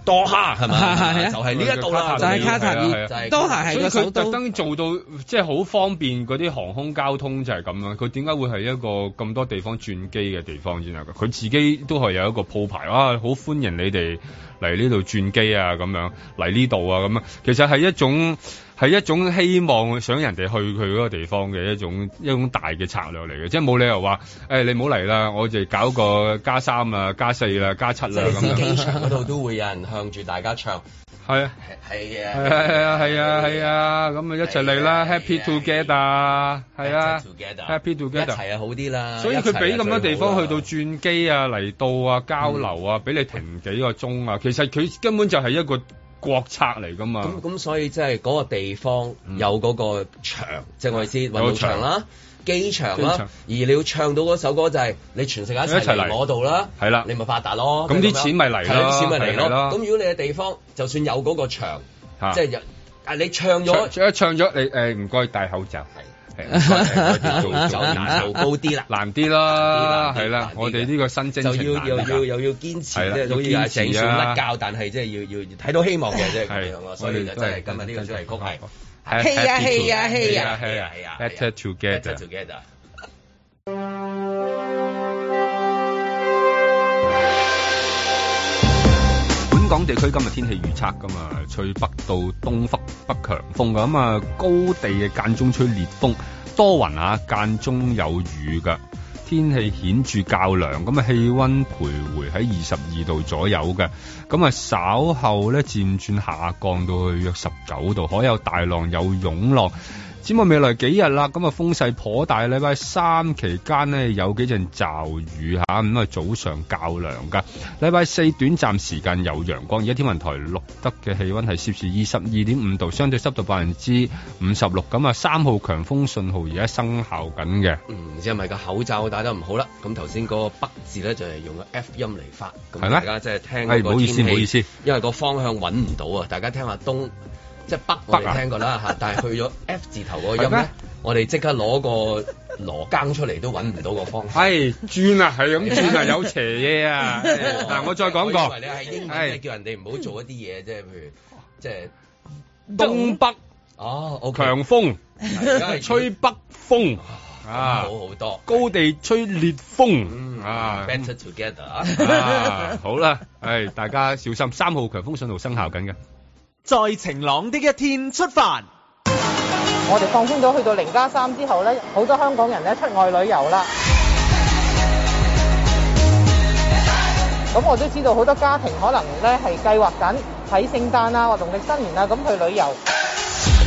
S2: 多哈係咪？
S4: 係啊
S2: 就係呢一度啦，
S3: 就係卡塔爾
S2: 係啊係啊
S4: 都係
S3: 所以
S4: 個
S3: 佢
S4: 首
S3: 特
S4: 都
S3: 登做到即係好方便嗰啲航空交通就係咁樣。佢點解會係一個咁多地方轉機嘅地方先啊？佢自己都係有一個鋪排啊，好歡迎你哋嚟呢度轉機啊，咁樣嚟呢度啊，咁樣其實係一種係一種希望想人哋去佢嗰個地方嘅一種一種大嘅策略嚟嘅，即係冇理由話誒、你唔好嚟啦，我哋搞個加三啊、加四啦、加七
S2: 即
S3: 啦
S2: 係
S3: 咁
S2: 喺
S3: 樣。
S2: 機場嗰度都會有人向住大家唱。
S3: 係啊，
S2: 係
S3: 係
S2: 啊，
S3: 啊係啊係啊係啊，咁啊一齊嚟啦，Happy Together，係啊
S2: together
S3: ，Happy
S2: 一
S3: Together。
S2: 齊啊好啲啦。
S3: 所以佢俾咁多地方去到
S2: 一齊就
S3: 轉機啊、嚟到啊、交流啊，俾你停幾個鐘啊，其實佢根本就係一個國策嚟噶
S2: 最好啦。
S3: 嘛
S2: 咁。咁所以即係嗰個地方
S3: 嗯
S2: 有嗰個場，即係我意思運動場啦。機場
S3: 機
S2: 啦
S3: 場，
S2: 而你要唱到嗰首歌就係你全食一齊
S3: 一齊
S2: 嚟
S3: 嚟
S2: 我度啦，
S3: 係啦
S2: 你咪發達咯。
S3: 咁啲
S2: 樣
S3: 錢咪嚟
S2: 係
S3: 咯
S2: 啲錢咪嚟
S3: 係
S2: 咯。
S3: 啦
S2: 咁如果你嘅地方就算有嗰個場，
S3: 嚇
S2: 即係有，啊你唱咗
S3: 唱唱一唱咗你誒唔該戴口罩，係
S2: 做做難度高啲啦。
S3: 難啲啦，
S2: 難啲
S3: 係
S2: 難
S3: 啦
S2: 啲，
S3: 我哋呢個新征
S2: 就
S3: 程
S2: 要
S3: 難
S2: 又
S3: 㗎
S2: 要又要堅持，即
S3: 係啦
S2: 係好似
S3: 要
S2: 係
S3: 堅持啊
S2: 整算甩教，但係即係要要睇到希望嘅，即係咁樣咯。所以就真係今日呢個主題曲係
S3: 係
S8: 嘿呀
S3: Happy
S8: 嘿呀
S3: Together，
S8: 嘿
S2: 呀
S3: 嘿
S2: 嘿呀
S3: 呀
S2: 嘿呀
S3: ，Better Together。
S2: Together。
S3: 本港地區今日天氣預測咁啊，吹北到東北北強風㗎咁啊，高地嘅間中吹烈風，多雲啊，間中有雨㗎。天氣顯著較涼，咁啊氣温徘徊喺二十二度左右嘅，咁啊稍後咧漸轉下降到去約十九度，海有大浪有湧浪。展望未來幾日啦，咁啊風勢頗大，禮拜三期間呢，有幾陣驟雨嚇，咁啊早上較涼噶。禮拜四短暫時間有陽光，而家天文台錄得嘅氣温係攝氏二十二點五度，相對濕度百分之五十六，咁啊三號強風信號而家生效緊嘅。
S2: 嗯，唔知係咪個口罩戴得唔好啦？咁頭先嗰個北字咧就係用個 F 音嚟發，咁
S3: 係咩
S2: 大家即係聽嗰
S3: 哎唔
S2: 個
S3: 好意思
S2: 天氣
S3: 唔好意思，
S2: 因為個方向揾唔到啊！大家聽下東，即係北我
S3: 北
S2: 哋
S3: 啊
S2: 聽過啦嚇，但係去咗 F 字頭嗰個音
S3: 係
S2: 咧
S3: 咩，
S2: 我哋即刻攞個羅庚出嚟都揾唔到個方向。
S3: 係轉啊，係咁轉啊，有邪嘢啊！ 嗱，我再講
S2: 我以為
S3: 過，
S2: 你係英文咧，叫人哋唔好做一啲嘢，即係譬如即係
S3: 東北
S2: 哦，OK，
S3: 強風，哎
S2: 係梗係
S3: 吹北風
S2: 好
S3: 啊，
S2: 好多
S3: 高地吹烈風
S2: 嗯
S3: 啊。
S2: ，better together 啊
S3: 啊，好啦，唉，大家小心，三號強風信號生效緊嘅。
S5: 在晴朗的一天出發。
S10: 我哋放寬到去到零加三之後咧，好多香港人咧出外旅遊啦。咁我都知道好多家庭可能咧係計劃緊喺聖誕啊或農曆新年啊咁去旅遊。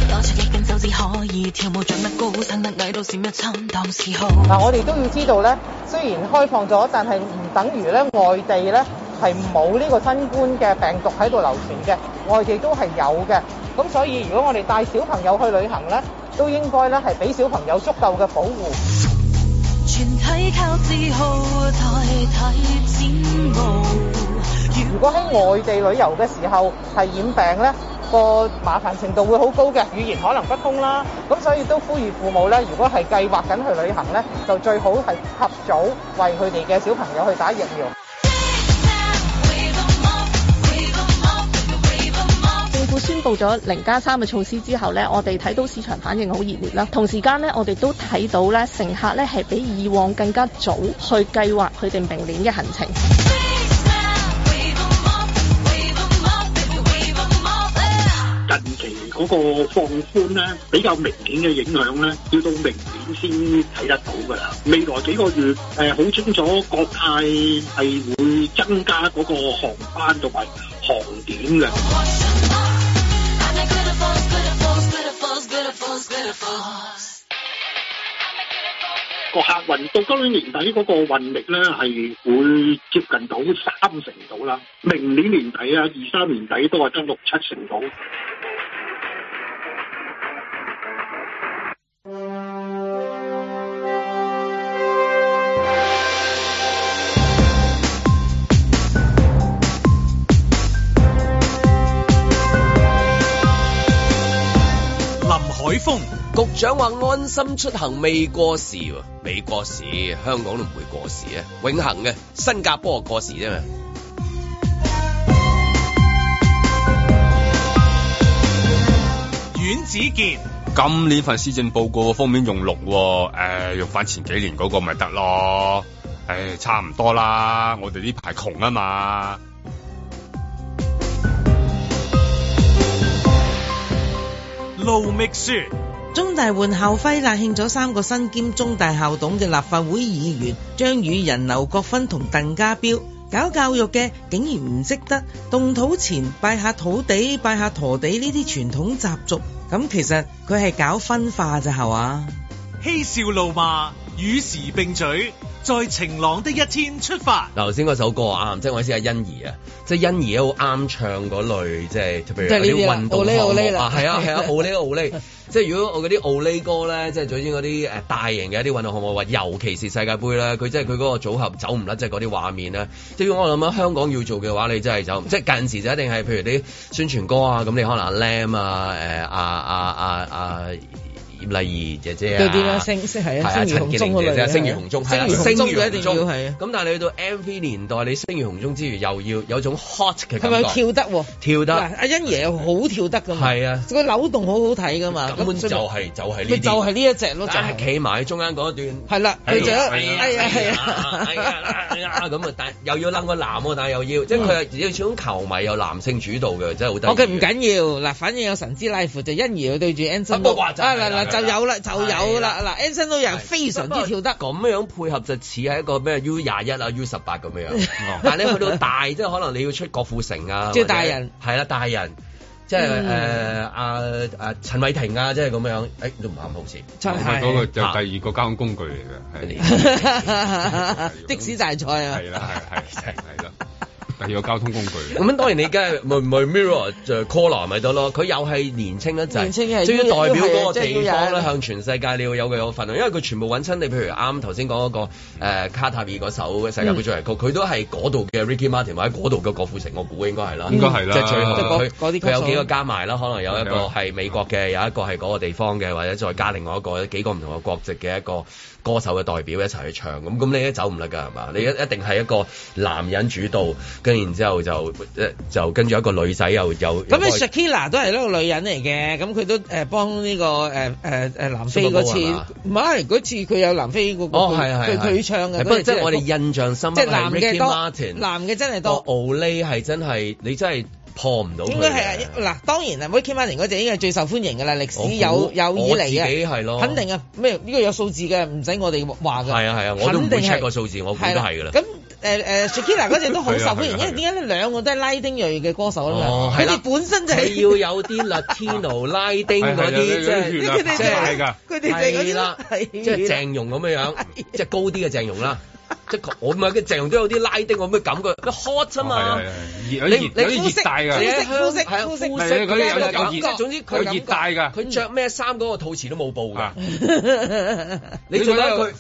S11: 攞出一根手指可以跳舞，長得高，生得矮都閃一餐當嗜好。
S10: 嗱，我哋都要知道咧，雖然開放咗，但係唔等於咧外地咧係冇呢個新冠嘅病毒喺度流傳嘅，外地都係有嘅。咁所以如果我哋帶小朋友去旅行咧，都應該咧係俾小朋友足夠嘅保護。
S11: 全體靠自豪，代替展露。
S10: 如果喺外地旅遊嘅時候係染病呢個麻煩程度會好高嘅，語言可能不通啦。咁所以都呼籲父母呢，如果係計劃緊去旅行呢，就最好係及早為佢哋嘅小朋友去打疫苗。
S12: 政府宣布咗零加三嘅措施之後呢，我哋睇到市場反應好熱烈啦。同時間呢，我哋都睇到呢乘客呢係比以往更加早去計劃佢哋明年嘅行程。
S13: 近期嗰個放寬咧，比較明顯嘅影響咧，要到明年先睇得到㗎啦。未來幾個月誒，好、清楚國泰係會增加嗰個航班同埋航點嘅。個客運到今年年底嗰個運力咧係會接近到三成度啦，明年年底啊，二三年底都係得六七成度。
S2: 林海峰局長話安心出行未過時喎，未過時，香港都唔會過時啊，永恆嘅。新加坡過時啫嘛。
S1: 阮子健、
S3: 今年份施政報告嘅封面用綠喎、誒用翻前幾年嗰個咪得咯，誒差唔多啦，我哋呢排窮啊嘛。
S1: 盧覓雪、
S4: 中大換校徽勒慶咗三個身兼中大校董嘅立法會議員張宇人、劉國勳同鄧家彪。
S14: 搞教育嘅竟然唔識得動土前拜下土地、拜下陀地呢啲傳統習俗，咁其實佢係搞分化咋係嘛？
S1: 嬉笑怒罵，與時並舉，在晴朗的一天出發。
S2: 嗱，頭先嗰首歌啊，即係我意思係欣宜啊，即係欣宜好啱唱嗰類，即係譬如
S4: 即係呢
S2: 有
S4: 啲
S2: 啲
S4: 啦
S2: 運動
S4: 奧
S2: 項
S4: 利奧利
S2: 目
S4: 啦
S2: 啊，係啊係啊，奧利奧利，即係如果我嗰啲奧利歌咧，即係最先嗰啲誒大型嘅一啲運動項目，或尤其是世界盃咧，佢即係佢嗰個組合走唔甩，即係嗰啲畫面咧。即係如果我諗啊，香港要做嘅話，你真係走唔，即係近時就一定係譬如啲宣傳歌啊，咁你可能阿 Lam 啊，誒啊啊啊啊葉麗儀姐姐啊，
S4: 嗰啲啦星星係啊
S2: 啊，
S4: 星
S2: 陳
S4: 如紅
S2: 潔
S4: 中
S2: 玲姐
S4: 嗰
S2: 姐，
S4: 類
S2: 星
S4: 係
S2: 如
S4: 啊
S2: 紅中，
S4: 星
S2: 啦
S4: 如紅中就一定
S2: 紅中
S4: 要係啊
S2: 咁但係你去到 MV 年代，你聲如紅中之餘，又要有種 hot 嘅
S4: 係咪
S2: 感
S4: 佢跳
S2: 覺。
S4: 得喎？
S2: 跳得
S4: 嗱，阿欣爺又好跳得噶嘛？
S2: 係啊
S4: 佢扭動好好睇噶嘛？
S2: 根本就
S4: 所以咪
S2: 係就係呢
S4: 咪
S2: 啲，
S4: 就係呢一隻咯，就係
S2: 啊企埋喺中間嗰一段。
S4: 係啦，佢就
S2: 哎
S4: 一
S2: 呀
S4: 哎呀
S2: 哎
S4: 係
S2: 呀
S4: 啊，
S2: 哎呀哎呀咁啊！但又要擸個男喎，但係又要即係佢係始終球迷有男性主導嘅，真係好得
S4: 我
S2: 意
S4: 嘅唔緊要，嗱，反正有神之拉夫就欣兒佢對住 Anson
S2: 不過話就係
S4: 啊
S2: 啦
S4: 嗱嗱就有啦就有啦
S2: 係啦
S4: 嗱 Anson 都又非常之跳得，
S2: 咁樣配合就似係一個咩 U 廿一 啊 U 十八咁樣樣，但係你去到大， 即係可能你要出郭富城啊，
S4: 哦即係大人嗯
S2: 或者，係啦大人，即係誒阿阿陳偉霆啊，即係咁樣，誒都唔啱好事，
S4: 就
S3: 唔係嗰個就第二個交通工具嚟嘅，係
S4: 的士大賽啊，
S3: 係啦係係係係啦，第二個交通工具。
S2: 咁當然你梗係咪咪 Mirror 就 Collar 咪得咯，佢又係年青一陣，
S4: 年青係
S2: 即係要代表嗰個
S4: 即係
S2: 地
S4: 要有
S2: 方咧，向全世界你要有佢有份量，因為佢全部揾親你，譬如啱頭先講嗰個誒卡塔爾嗰首世界盃主題曲，佢都係嗰度嘅 Ricky Martin 或者嗰度嘅郭富城，我估應該係啦，
S3: 應該係啦
S2: 即係最後
S3: 即係嗰
S2: 佢
S3: 嗰啲歌
S2: 佢有
S3: 手
S2: 幾個加埋啦，可能有一個
S3: 係啊
S2: 係美國嘅，有一個係嗰個地方嘅，或者再加另外一個幾個唔同嘅國籍嘅一個。歌手嘅代表一齊去唱，咁咁你都走唔甩㗎係嘛？你一一定係一個男人主導，跟然之後就誒就跟住一個女仔又又
S4: 咁你
S2: 又開
S4: Shakira 都係一個女人嚟嘅，咁佢都誒幫呢個誒誒誒南非嗰
S2: Super
S4: 次
S2: Bowl 係嘛，
S4: 唔係嗰次佢有南非嗰個
S2: 哦係係
S4: 佢
S2: 係
S4: 佢唱嘅，
S2: 係不過即係我哋印象深刻
S4: 即係男嘅
S2: Ricky
S4: 多，
S2: Martin
S4: 男嘅真係
S2: 個
S4: 多。
S2: 奧利係真係你真係破唔到哦佢
S4: 應
S2: 嘅。
S4: 該係啊嗱，當然啊，Ricky Martin 嗰隻應該係最受歡迎㗎啦，歷
S2: 我估
S4: 史有有以嚟
S2: 我自己
S4: 嘅，
S2: 係咯
S4: 肯定啊，咩呢個有數字嘅，唔使我哋話㗎。
S2: 係啊係啊，我都唔
S4: 肯
S2: 會
S4: 定係
S2: check 個數字，我估都係㗎啦。
S4: 咁誒誒 Shakira 嗰隻都好受歡
S2: 係啊係
S4: 迎，
S2: 啊
S4: 因為點解呢兩個都係拉丁裔嘅歌手啊
S2: 哦
S4: 嘛，
S2: 係
S4: 佢
S2: 啦
S4: 哋本身就係
S2: 佢要有啲 Latino 拉丁嗰啲，即係
S4: 佢哋就係 佢哋就係嗰啲
S2: 啦
S4: 啦，，
S2: 即係 鄭融咁樣樣， 即係啊高啲嘅鄭融啦。即係我唔係嘅鄭融都有啲拉丁咁嘅感覺，佢 hot
S3: 哦
S2: 啫嘛。
S3: 你啊有啲熱有啲熱帶㗎，
S2: 膚色膚色膚色
S3: 啊係啊嗰啲有有
S2: 即
S3: 熱
S2: 係總之佢
S3: 有熱帶㗎。嗯
S2: 佢着咩衫嗰個肚臍都冇報㗎。你
S3: 你
S2: 做
S3: 做
S2: 得
S3: 得
S2: 佢
S3: 佢。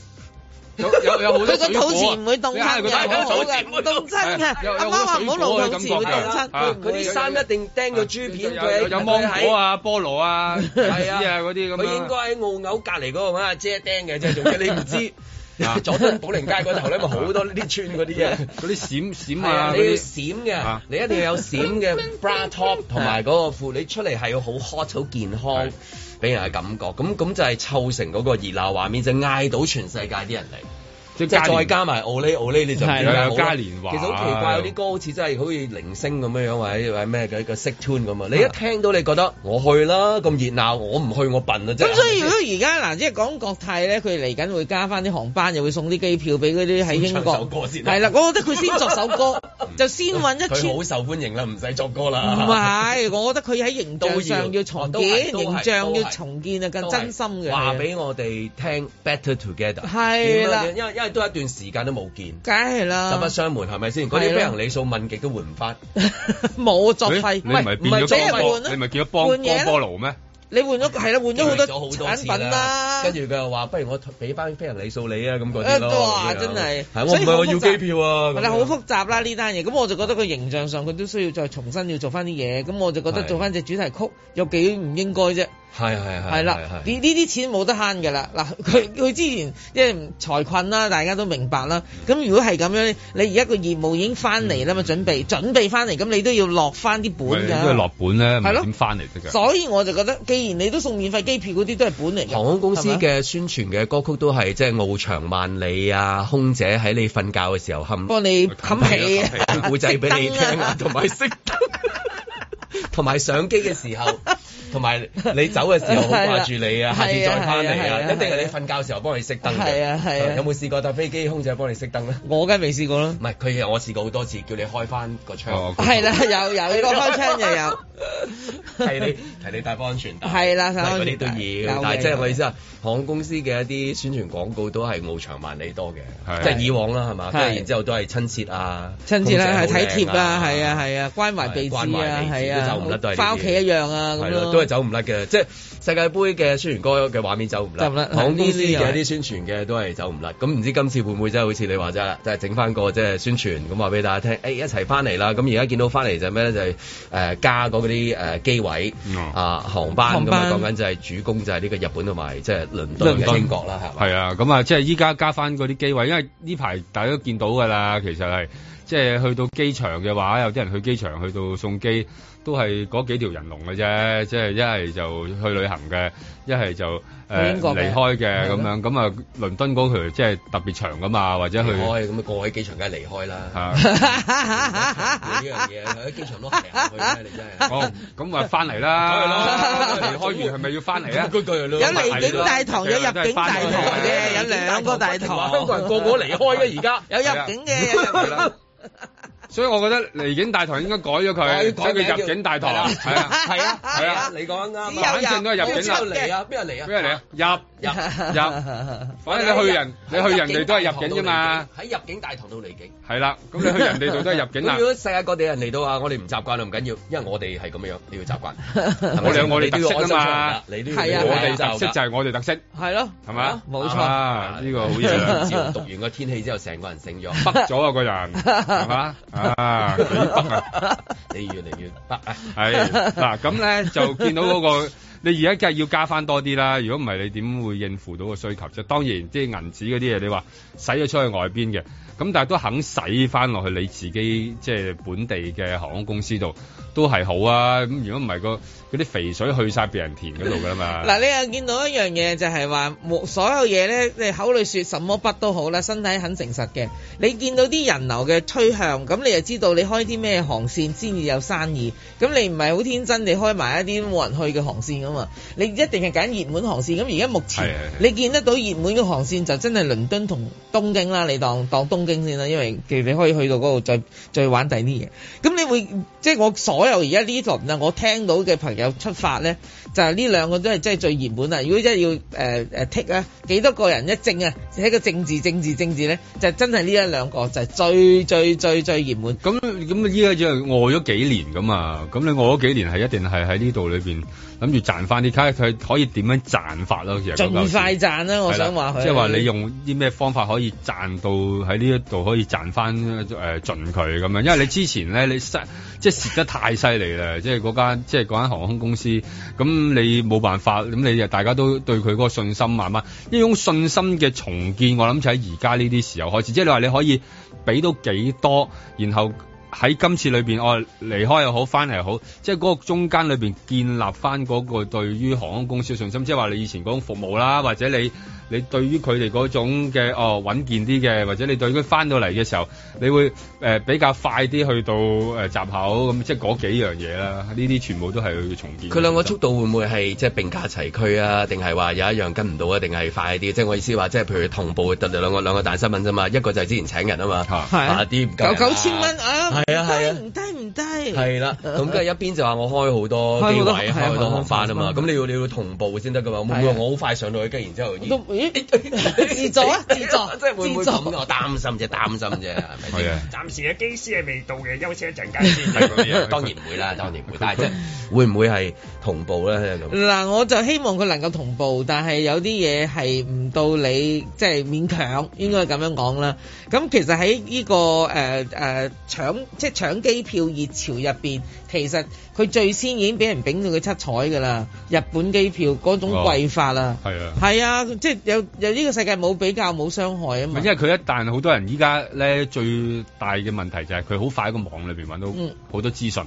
S3: 有有有好多啊
S4: 佢個肚臍唔會凍親㗎
S3: 佢
S4: 好好㗎
S2: 唔會
S4: 凍親㗎
S3: 有
S4: 阿
S3: 有
S4: 媽話唔好露
S3: 好多
S4: 肚
S3: 水
S4: 臍會
S3: 果嘅
S4: 凍
S3: 感
S4: 親
S3: 覺㗎，
S2: 佢啲衫一定釘個珠片，佢
S3: 啊有有芒果啊、菠蘿啊、
S2: 係
S3: 係啊嗰啲咁
S2: 佢應該
S3: 樣。
S2: 喺澳牛隔離嗰個揾阿姐釘嘅啫，仲要你唔
S3: 啊
S2: 知佐敦寶靈街嗰頭咧，咪好多呢啲村嗰啲嘢。
S3: 嗰啲閃閃
S2: 係
S3: 啊，
S2: 啊，
S3: 嗰
S2: 你要
S3: 啲
S2: 閃嘅
S3: 啊，
S2: 你一定要有閃 嘅 bra top 同埋嗰個褲，你出嚟係要好 hot 好健康，俾人嘅感覺。咁咁就係湊成嗰個熱鬧畫面，就嗌到全世界啲人嚟。
S3: 即
S2: 即
S3: 係
S2: 係再加埋奧利奧利，你就唔知點解
S3: 係
S2: 冇
S3: 有嘉年華
S2: 其實好奇怪，有啲歌好似真係好似鈴聲咁樣樣，或者或者咩嘅個 s i c tune 咁啊！你一聽到你覺得我去啦，咁熱鬧，我唔去我笨啊！真係
S4: 咁所以如果而家嗱，即係講國泰咧，佢嚟緊會加翻啲航班，又會送啲機票俾嗰啲喺英
S2: 先唱首歌
S4: 國。
S2: 先啊
S4: 係啦，我覺得佢先作首歌，就先揾一
S2: 佢
S4: 串
S2: 好。受歡迎啦，唔使作歌啦。
S4: 唔係，我覺得佢喺形象上要重
S2: 都要
S4: 建，
S2: 都係都係
S4: 形象要重建啊，更真心嘅。
S2: 話俾我哋聽 better together
S4: 係
S2: 點啊
S4: 啦
S2: 因為因為都一段時間都冇見，
S4: 梗係啦，
S2: 實不相瞞係咪先？嗰啲
S4: 係咯
S2: 飛行里數問極都換唔翻，
S4: 冇作
S3: 咦
S4: 廢，
S3: 你唔係變咗
S4: 俾人
S3: 幫
S4: 換啦
S3: 你唔係叫咗幫幫
S4: 換嘢啦
S3: 菠蘿咩？
S4: 你換咗係啦，換咗好
S2: 咗
S4: 多
S2: 多次
S4: 產品啦。
S2: 跟住佢又話：不如我俾翻飛行里數你啊咁嗰啲
S4: 誒
S2: 咯。
S4: 哇！
S2: 咁樣
S4: 真係，
S2: 係我
S4: 所
S2: 唔
S4: 以
S2: 係我
S4: 好複
S2: 要
S4: 雜
S2: 機票啊。咁
S4: 係啦，
S2: 樣
S4: 好複雜啦呢單嘢。咁我就覺得佢形象上佢都需要再重新要做翻啲嘢。咁我就覺得
S2: 係
S4: 做翻隻主題曲有幾唔應該啫。
S2: 係係係
S4: 係啦，
S2: 係
S4: 呢呢啲錢冇得慳㗎啦。嗱， 佢佢之前因為財困啦，大家都明白啦。咁如果係咁樣，你而家個業務已經翻嚟
S3: 嗯
S4: 啦嘛，準備準備翻嚟，咁你都要落翻啲
S3: 喂
S4: 本
S3: 因為
S4: 㗎。
S3: 落本咧，唔
S4: 係
S3: 係
S4: 咯
S3: 點翻嚟得㗎？
S4: 所以我就覺得，既然你都送免費機票嗰啲都係本嚟嘅，
S2: 航空公司
S4: 係咪
S2: 嘅宣傳嘅歌曲都係即係翱翔萬里啊，空姐喺你瞓覺嘅時候冚
S4: 幫你冚被啊
S2: 啊 故仔俾你聽啊，同埋熄燈， 同埋上機嘅時候，同埋你走嘅時候好掛住你啊，下次再翻嚟
S4: 係啊係啊係
S2: 啊，
S4: 啊
S2: 一定係你瞓覺時候幫你熄燈嘅
S4: 係啊係啊
S2: 有冇試過搭飛機空姐幫你熄燈咧？
S4: 我梗係未試過啦。
S2: 唔係，佢我試過好多次，叫你開翻個窗。
S4: 係啦，有有呢個開槍又有。
S2: 係你係你戴安全帶，
S4: 係啦戴
S2: 嗰
S4: 安
S2: 啲
S4: 全
S2: 都
S4: 帶
S2: 要，
S4: 有
S2: 但係
S4: 嘅
S2: 即係
S4: 有
S2: 我意思啊，航空公司嘅一啲宣傳廣告都係翱翔萬里多嘅，
S4: 係
S2: 即係以往啦，係嘛？
S4: 係
S2: 跟住然之後都係親切啊，
S4: 親切啦，
S2: 空姐好
S4: 係體
S2: 靚
S4: 貼啊，係啊，係啊，關懷備
S2: 關
S4: 至啊，
S2: 懷你
S4: 係
S2: 都走唔甩都係
S4: 啊，
S2: 呢啲
S4: 翻屋企一樣啊，
S2: 係
S4: 咁
S2: 咯，
S4: 咯，
S2: 都係走唔甩嘅，即係世界盃嘅宣傳歌嘅畫面走唔甩，
S4: 走唔甩
S2: 航空公司嘅
S4: 呢啲
S2: 一啲宣傳嘅都係走唔甩。咁唔知今次會唔會真係好似你話齋啦，就係整翻個即係宣傳咁話俾大家聽，誒、一齊翻嚟啦。咁而家見到翻嚟就係咩咧？就係、呃加嗰啲誒機位啊、航班
S3: 航
S2: 咁啊，
S3: 班
S2: 講緊就係主攻就係呢個日本同埋即係倫敦
S3: 倫
S2: 嘅
S3: 敦
S2: 英國啦，係嘛？
S3: 係啊，咁啊，即係依家加翻嗰啲機位，因為呢排大家都見到㗎啦，其實係即係去到機場嘅話，有啲人去機場去到送機都係嗰幾條人龍嘅啫，即係一係就去旅行嘅，一係就誒、呃、
S2: 英國嘅
S3: 離開
S2: 係
S3: 嘅咁樣，咁啊倫敦嗰條即係特別長㗎嘛，或者去
S2: 離開咁啊，過喺機場梗係離開啦。
S3: 啊
S2: 呢樣嘢喺機場都行嚟行去咩？你真係。
S3: 哦，咁啊 翻嚟啦，離開完係咪要翻嚟啊？
S2: 嗰句
S4: 有離境大堂，有入境大堂嘅，有兩個大堂。
S2: 香港人個個離開嘅而家，
S4: 有入境嘅，有入
S3: 係啦。所以我覺得離境大堂應該改咗佢，
S2: 改名
S3: 即係
S2: 叫
S3: 佢入境大堂，係啊，
S2: 係啊，
S3: 係
S2: 係啊
S3: 啊，
S2: 你講得啱啊，
S3: 反正都係入境
S2: 邊
S3: 啦
S2: 度嚟啊？邊度嚟啊？
S3: 咩嚟啊？入
S2: 入
S3: 入，反正你去人，你去人哋都係入境啫嘛，
S2: 喺入境大堂到離境。
S3: 係啦，咁你去人哋度都係入境啦
S2: 咁如。果世界各地人嚟到啊，我哋唔習慣就唔緊要，因為我哋係咁樣，你要習慣。
S3: 我哋有我哋特色啊嘛，
S2: 你都要
S4: 係啊
S3: 我
S2: 係
S3: 哋
S2: 啊
S3: 特色就係我哋特色，
S4: 係咯，
S3: 係咪啊？
S4: 冇錯
S3: 啊呢個好嘢啊，
S2: 自從讀完個天氣之後，成個人醒咗。
S3: 北咗啊個人，係嘛？啊幾北啊！
S2: 你越嚟越北啊！
S3: 係嗱，咁咧就見到嗰、個。你而家梗係要加翻多啲啦，如果唔係你點會應付到個需求啫？當然，即係銀紙嗰啲嘢，你話使咗出去外邊嘅，咁但係都肯使翻落去你自己即係本地嘅航空公司度，都係好啊。咁如果唔係個嗰啲肥水去晒別人田嗰度㗎啦嘛。
S4: 嗱，你又見到一樣嘢就係話，冇所有嘢咧，你口裏説什麼不都好啦，身體很誠實嘅。你見到啲人流嘅趨向，咁你就知道你開啲咩航線先至有生意。咁你唔係好天真，你開埋一啲冇人去嘅航線噶嘛？你一定係揀熱門航線。咁而家目
S3: 係係
S4: 前
S3: 係
S4: 你見得到熱門嘅航線就真係倫敦同東京啦，你當當東京先啦，因為其實你可以去到嗰度再再玩第啲嘢。咁你會即係我所有而家呢輪啊，我聽到嘅朋友出發咧，就係呢兩個都係真係最熱門啊啦。如果真係要誒誒剔啊，幾多個人一正啊，喺個政治政治政治咧，就真係呢一兩個就係最最最最熱門。
S3: 咁咁依家只係餓咗幾年咁啊，咁你餓咗幾年係一定係喺呢度裏邊諗住賺翻啲，睇下佢可以點樣賺法咯。其實嗰嚿
S4: 盡
S3: 錢
S4: 快賺啦！我想話
S3: 係啦
S4: 佢，
S3: 即係話你用啲咩方法可以賺到喺呢一度可以賺翻誒、呃、盡佢咁樣，因為你之前咧你失即係蝕得太犀利啦，即係嗰間即係嗰間航空公司，咁你冇辦法，咁你就大家都對佢嗰個信心慢慢呢種信心嘅重建，我諗就喺而家呢啲時候開始，即係你話你可以俾到幾多，然後。喺今次裏邊，我離開又好，翻嚟又好，即係嗰個中間裏邊建立翻嗰個對於航空公司嘅信心，即係話你以前嗰種服務啦，或者你你對於佢哋嗰種嘅哦穩健啲嘅，或者你對佢翻到嚟嘅時候，你會誒、呃比較快啲去到誒閘口咁，即係嗰幾樣嘢啦，呢啲全部都係去重建。
S2: 佢兩個速度會唔會係即係並駕齊驅啊？定係話有一樣跟唔到啊？定係快啲？即係我意思話，即係譬如同步得兩個兩個大新聞啫嘛，一個就係之前請人啊嘛，啊啲唔夠人
S4: 九
S2: 啊
S4: 九千蚊啊，
S2: 係啊係啊。
S4: 唔低唔低，
S2: 係啦，咁跟住一邊就話我開好多機位，開好多航班啊嘛，咁你要你要同步先得噶嘛，會唔會我好快上到去，跟然之後
S4: 啊都咦自助 啊，自助，
S2: 即係會唔會
S4: 自助
S2: 咁？我啊擔心啫，擔心啫，係咪
S3: 啊
S2: 先？
S15: 暫時嘅機師係未到嘅，休息一陣間先。
S2: 當然唔會啦，當然唔會，但係即係會唔會係同步咧咁？
S4: 嗱，我就希望佢能夠同步，但係有啲嘢係唔到你即係勉強，應該咁樣講啦。咁其實喺呢、個誒誒搶即係搶機票熱潮入邊，其實佢最先已經俾人丙到佢七彩㗎啦。日本機票嗰種貴法啊，
S3: 係啊。
S4: 係、啊，即係有有呢個世界冇比較冇傷害啊
S3: 唔
S4: 嘛
S3: 係。因為佢一旦好多人依家咧最大嘅問題就係佢好快喺個網裏邊揾到
S4: 嗯
S3: 好多資訊，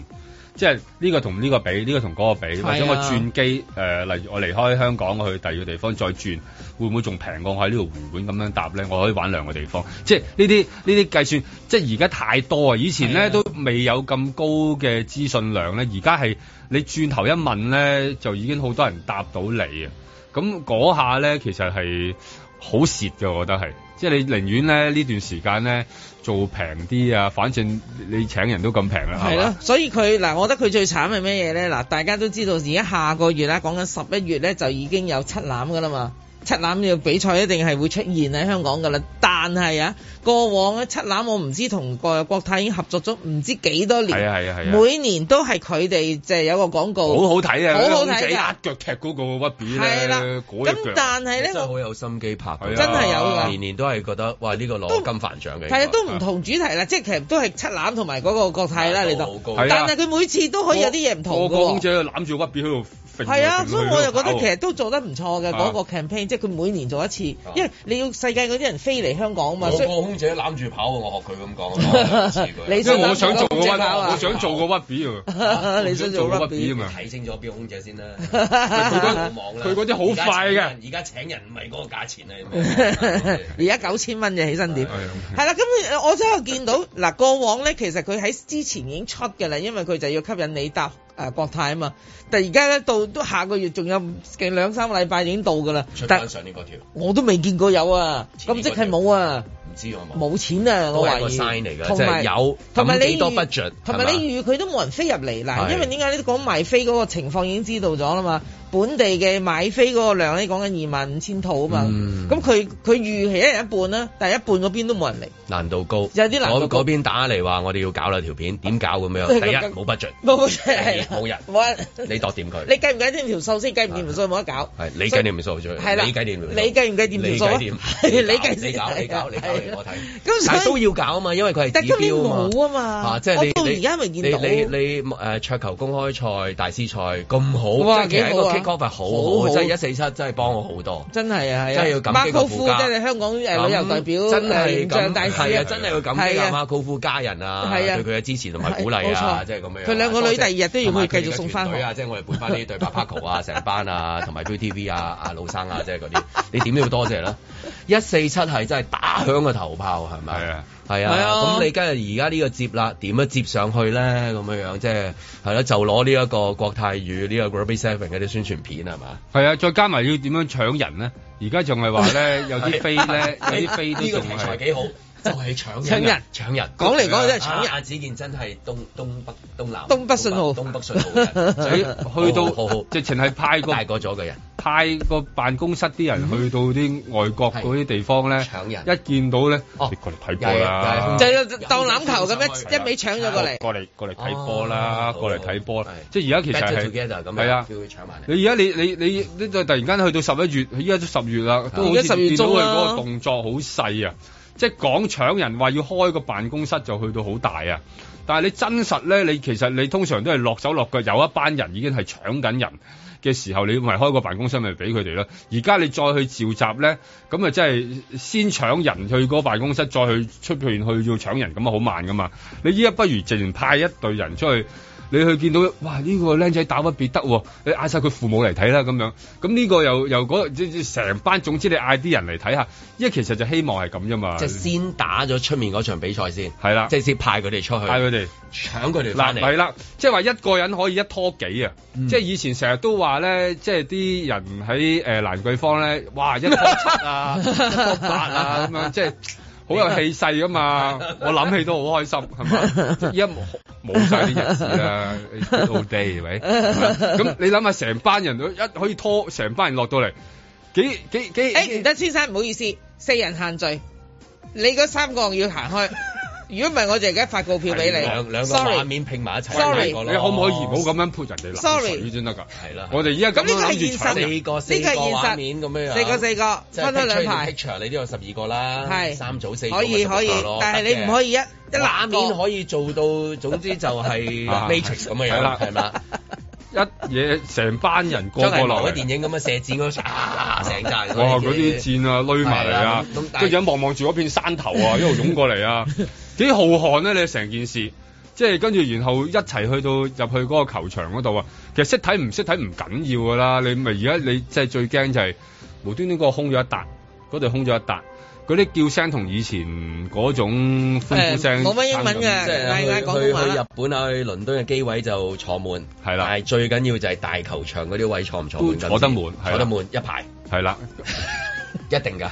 S3: 即係呢個同呢個比，呢個同嗰個比，
S4: 係啊
S3: 或者我轉機誒，例如我離開香港我去第二個地方再轉，會唔會仲平過我喺呢度回本咁樣搭咧？我可以玩兩個地方，即係呢啲呢啲計算，即係而家太多啊！以前咧都未有咁高嘅資訊量咧，而家係你轉頭一問咧，就已經好多人答到你啊！咁嗰下咧，其實係好蝕嘅，我覺得係，即係你寧願咧呢段時間咧做平啲啊，反正你請人都咁平啦，
S4: 係
S3: 係
S4: 咯
S3: 嘛？，
S4: 所以佢嗱，我覺得佢最慘係咩嘢咧？嗱，大家都知道而家下個月啦，講緊十一月咧就已經有七攬噶啦嘛。七攬嘅比賽一定係會出現喺香港噶啦，但係啊，過往咧七攬我唔知同個國泰已經合作咗唔知幾多年，
S3: 係啊係啊係啊
S4: 每年都係佢哋即係有個廣告，
S3: 好好睇啊！
S4: 好好
S3: 嗰個公仔
S4: 睇㗎
S3: 壓腳踢嗰個屈比
S4: 係
S3: 咧
S4: 啦，
S3: 嗰一
S4: 咁
S3: 腳
S4: 但係咧
S2: 真係啊好有心機拍㗎，
S3: 真係有
S4: 㗎
S2: 年年都係覺得哇呢個攞金帆獎嘅，
S4: 係啊，都唔同主題啦，即係其實都係七攬同埋嗰個國泰啦，你當
S2: 高，
S3: 係
S4: 但
S3: 啊
S4: 係佢每次都可以有啲嘢唔
S3: 個
S4: 同
S3: 個公
S4: 㗎喎。
S3: 仔攬住屈比喺度揈嚟
S4: 係啊，
S3: 揈去
S4: 所以我就覺
S3: 喺
S4: 得
S3: 度
S4: 其實都做得唔錯嘅
S2: 啊
S4: 嗰個 campaign，即係佢每年做一次，因為你要世界嗰啲人飛嚟香港啊嘛，
S2: 我
S4: 所
S2: 個
S4: 以
S2: 空姐攬住跑喎，啊我學佢咁講。
S4: 你
S3: 因為
S4: 想
S3: 我想做
S4: 做
S3: 個
S4: 公
S3: 屈，
S4: 仔跑啊
S3: 我想做個屈比啊！
S4: 你想做
S3: 個
S4: rugby
S3: 比啊嘛！
S2: 睇清楚邊個空姐先 啦，
S4: 佢
S2: 嗰網啦，
S3: 佢嗰啲好快嘅
S2: 而家請人唔係嗰個價錢啊，
S4: 而家九千蚊嘅起薪點，
S2: 嗯
S4: 係啦，咁呃我真係見到 嗱，過往咧其實佢喺之前已經出嘅啦，因為佢就要吸引你搭誒國泰啊嘛，但而家咧到都下個月仲有近兩三個禮拜已經到㗎啦
S2: 出，
S4: 但
S2: 翻上年嗰條
S4: 我都未見過有啊，咁即係冇啊，
S2: 唔知我冇。
S4: 冇錢啊，
S2: 都
S4: 我
S2: 係一個
S4: 懷疑
S2: sign 嚟㗎，
S4: 同
S2: 即係
S4: 埋
S2: 有
S4: 同埋
S2: 咁
S4: 你
S2: 幾多
S4: 預
S2: budget，
S4: 同埋你預佢都冇人飛入嚟嗱，
S2: 係
S4: 因為點解呢？講買飛嗰個情況已經知道咗啦嘛，本地嘅買飛嗰個量咧講緊二萬五千套啊嘛，
S2: 嗯
S4: 咁佢佢預期一人一半啦，但係一半嗰邊都冇人嚟，
S2: 難度高，
S4: 有啲難度
S2: 我
S4: 高
S2: 嗰邊打嚟話我哋要搞啦條片，點搞咁 樣？
S4: 係
S2: 第一
S4: 咁
S2: 冇 budget，
S4: 冇人
S2: 冇人
S4: 冇人，
S2: 你度掂佢，
S4: 你計唔計掂條數先？計唔掂條數冇得搞，
S2: 係你計掂唔數出嚟，
S4: 係啦
S2: 你計掂唔數
S4: 你計唔計掂條數啊
S2: 你計掂，
S4: 係 你計
S2: 你
S4: 先
S2: 搞你搞你搞你搞我睇，
S4: 咁所以
S2: 但係都要搞啊嘛，因為佢係
S4: 但
S2: 指
S4: 今年
S2: 標啊
S4: 冇啊嘛
S2: 啊即係你
S4: 我到
S2: 你
S4: 而家未見到
S2: 你你你誒桌球公開賽大師賽咁好，
S4: 哇
S2: 即係其實
S4: 幾好啊
S2: 一個 kick off 係好
S4: 好
S2: 好，
S4: 好
S2: 即係一四七真係幫我好多。
S4: 真係啊係啊，
S2: 真係要感激個
S4: Marco
S2: 附
S4: 夫
S2: 加
S4: 真係香港誒旅遊代表，
S2: 真係
S4: 形象
S2: 咁，
S4: 大使
S2: 係啊，真係要感激
S4: 係
S2: 阿
S4: 啊
S2: 媽高夫家人啊，
S4: 係啊
S2: 對佢嘅支持同埋鼓勵啊，
S4: 係冇錯
S2: 即係咁樣。
S4: 佢兩個女第二日都要
S2: 同埋
S4: 去繼續送返
S2: 佢哋嘅團隊啊，即係我哋陪翻呢對白 Paco 啊，成班啊，同埋 ViuTV 啊，阿老生啊，即係嗰啲，你點都要多謝啦。一四七係真係打響個頭炮，係咪？係啊。係
S4: 係
S2: 啊，
S4: 啊
S2: 咁你梗係而家呢個接啦，點樣接上去咧？咁樣樣即係係啦，就攞呢一個國泰語呢個 Ruby Seven 嗰啲宣傳片係嘛？
S3: 係啊，再加埋要點樣搶人咧？而家仲係 話咧，有啲飛咧，有啲飛都
S2: 哎呢個
S3: 仲
S2: 題材
S3: 係
S2: 幾好，就係搶
S3: 搶人
S2: 搶人。
S3: 講嚟講去都係搶
S2: 啊
S3: 人
S2: 阿子健真係東東北東南
S4: 東北信號
S2: 東北信號嘅
S3: 所以
S2: 人，
S3: 去到
S2: 好好好
S3: 直情係派個
S2: 大個咗嘅人，
S3: 派個辦公室啲人去到啲外國嗰啲地方咧，
S2: 搶人哦
S3: 一見到咧，你過嚟睇波啦，哦
S4: 就要當欖球咁樣一味搶咗過嚟。
S3: 過嚟過嚟睇波
S2: 哦
S3: 啦，過嚟睇波啦，即係而家其
S2: Better
S3: 實
S2: together
S3: 係
S2: 咁樣
S3: 係啊
S2: 叫。佢搶埋
S3: 你而家你你你你突然間去到十一月，依家都十月啦，都好
S4: 而
S3: 似
S4: 家10月
S3: 見到
S4: 中
S3: 佢
S4: 啦
S3: 嗰個動作好細啊！即係講搶人話要開個辦公室就去到好大啊！但係你真實咧，你其實你通常都係落手落腳，有一班人已經係搶緊人嘅時候，你咪開個辦公室咪俾佢哋咯。而家你再去召集咧，咁啊真係先搶人去嗰個辦公室，再去出邊去要搶人，咁啊好慢噶嘛。你依家不如直然派一隊人出去。你去見到哇呢、個僆仔打屈別得喎，你嗌晒佢父母嚟睇啦咁樣，咁呢個又又嗰即即成班，總之你嗌啲人嚟睇下，因為其實就希望係咁啫嘛
S2: 即係。先打咗出面嗰場比賽先，
S3: 係啦
S2: 即係先派佢哋出去，
S3: 啊嗌佢哋
S2: 搶佢哋
S3: 嗱
S2: 翻
S3: 係
S2: 嚟。
S3: 啦，即係話一個人可以一拖幾啊！即係以前成日都話咧，即係啲人喺誒、呃、蘭桂坊咧，哇一拖七 啊，一拖八啊咁樣，即係好有氣勢噶 嘛！我諗起都好開心，係嘛？即係依家冇冇晒啲日子 啦，all day 係咪？咁你諗下，成班人都一可以拖成班人落到嚟，幾幾幾
S4: 誒哎唔得，先生唔好意思，四人限聚，你嗰三個要行開。如果唔係，我就而家發告票俾你。
S2: 兩兩個
S4: Sorry
S2: 畫面拼埋一齊
S4: Sorry
S2: 咪個咯
S3: 你可唔可以唔好咁樣潑人哋冷
S4: Sorry
S3: 水先得㗎？
S2: 係啦
S3: 我哋依家
S4: 咁呢個
S3: 樣
S4: 係
S3: 諗住
S4: 現
S3: 搶人
S4: 實，
S2: 四個四個
S4: 呢個係現實
S2: 畫面咁樣樣，
S4: 四個四個
S2: 即係
S4: 分開兩排
S2: picture picture 你都有十二個啦，
S4: 係
S2: 三組四組
S4: 可
S2: 咪
S4: 以可以
S2: 十六個咯，
S4: 但係你唔可以一一攬
S2: 畫面
S4: 面
S2: 可以做到，總之就 係
S3: 啊
S2: matrix 咁嘅
S3: 係
S2: 樣，
S3: 啦
S2: 係嘛？
S3: 一嘢成班人個
S2: 張藝
S3: 個
S2: 謀
S3: 落
S2: 嘅
S3: 嚟啊
S2: 電。影咁樣射箭嗰陣啊，成扎人
S3: 哇！嗰啲箭啊，攏埋嚟啊
S2: 係啦咁，但係
S3: 啊跟住一望望住嗰片山頭啊，一路湧過嚟啊，幾浩瀚咧！你成件事，即係跟住然後一齊去到入去嗰個球場嗰度啊。其實識睇唔識睇唔緊要噶啦，你咪而家你即係最驚就係無端端嗰個空咗一笪，嗰度空咗一笪。嗰啲叫聲同以前嗰種歡呼聲
S8: 冇乜英文嘅
S3: 差唔多
S8: 嗌嗌廣
S2: 去
S8: 東話
S2: 去日
S8: 啦
S2: 本啊，去倫敦嘅機位就坐滿，
S3: 係啦。
S2: 但係最緊要就係大球場嗰啲位坐唔坐滿，
S3: 都坐得滿係啦
S2: 坐得滿一排，
S3: 係啦，
S2: 一定㗎，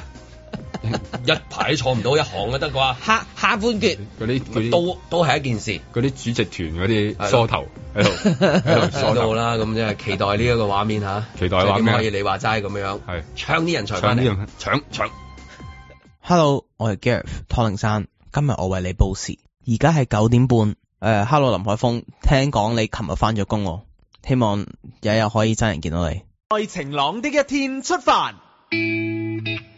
S2: 一排坐唔到一行都得啩。
S8: 下下半橛
S3: 嗰啲嗰啲
S2: 都都係一件事。
S3: 嗰啲主席團嗰啲梳頭喺度喺度
S2: 到
S3: 梳頭，
S2: 啦，咁即係期待呢一個畫面嚇，
S3: 期待畫面
S2: 即係點
S3: 啊
S2: 可以你話齋咁樣，
S3: 係
S2: 搶啲人才翻
S3: 搶啲
S2: 嚟
S3: 人，搶搶。
S16: Hello，我係 Gareth 湯令山，今日我為你報時，而家係九點半。誒、h e l l o 林海峰，聽講你琴日翻咗工喎，希望有一日可以真人見到你。
S5: 在晴朗的一天出發。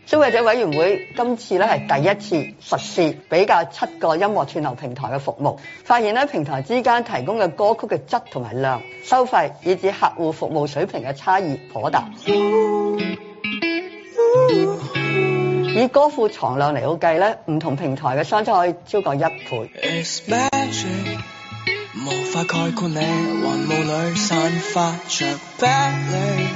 S17: 消費者委員會今次咧係第一次實施比較七個音樂串流平台嘅服務，發現咧平台之間提供嘅歌曲嘅質同埋量、收費以至客戶服務水平嘅差異頗大。以歌庫藏量嚟到計咧，唔同平台嘅相差可以超過一倍。
S18: magic，無法概括你雲霧裏散發着不離。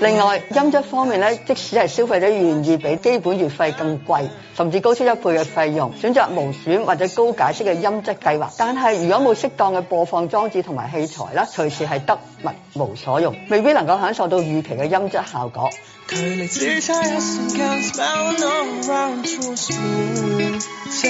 S17: 另外，音質方面咧，即使係消費者願意俾基本月費更貴，甚至高出一倍嘅費用，選擇無損或者高解釋嘅音質計劃，但係如果冇適當嘅播放裝置同埋器材咧，隨時係得物無所用，未必能夠享受到預期嘅音質效果。
S18: 距離只差一瞬間，smell no round to smooth，這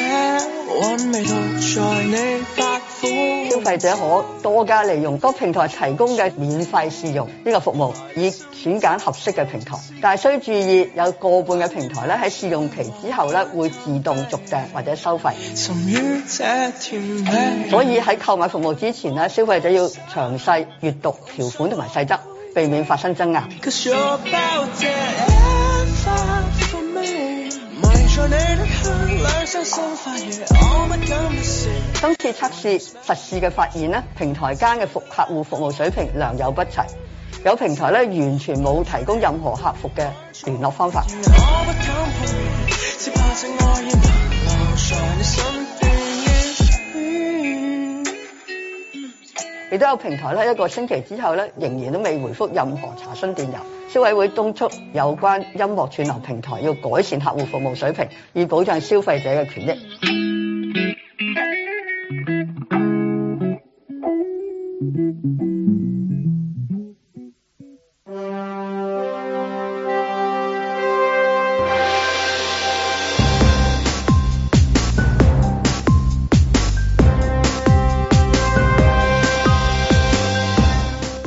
S18: 韻味道在你髮膚。
S17: 消費者可多加利用各平台提供嘅免費試用呢個服務，以選揀合適嘅平台。但係需注意，有過半嘅平台咧喺試用期之後咧會自動續訂或者收費。
S18: 沉於這甜美。
S17: 所以喺購買服務之前咧，消費者要詳細閱讀條款同埋細則，避免發生爭拗。
S18: Cause you're about to ever for me，迷在你的香裏，雙手發熱，我不敢視。
S17: 今次測試實試嘅發現咧，平台間嘅服客戶服務水平良莠不齊，有平台咧完全冇提供任何客服嘅聯絡方法。
S18: 我不敢碰，只怕這愛意能留在你身
S19: 嗯
S18: 邊。
S17: 亦都有平台咧一個星期之後咧，仍然都未回覆任何查詢電郵。消委會敦促有關音樂串流平台要改善客戶服務水平，以保障消費者嘅權益。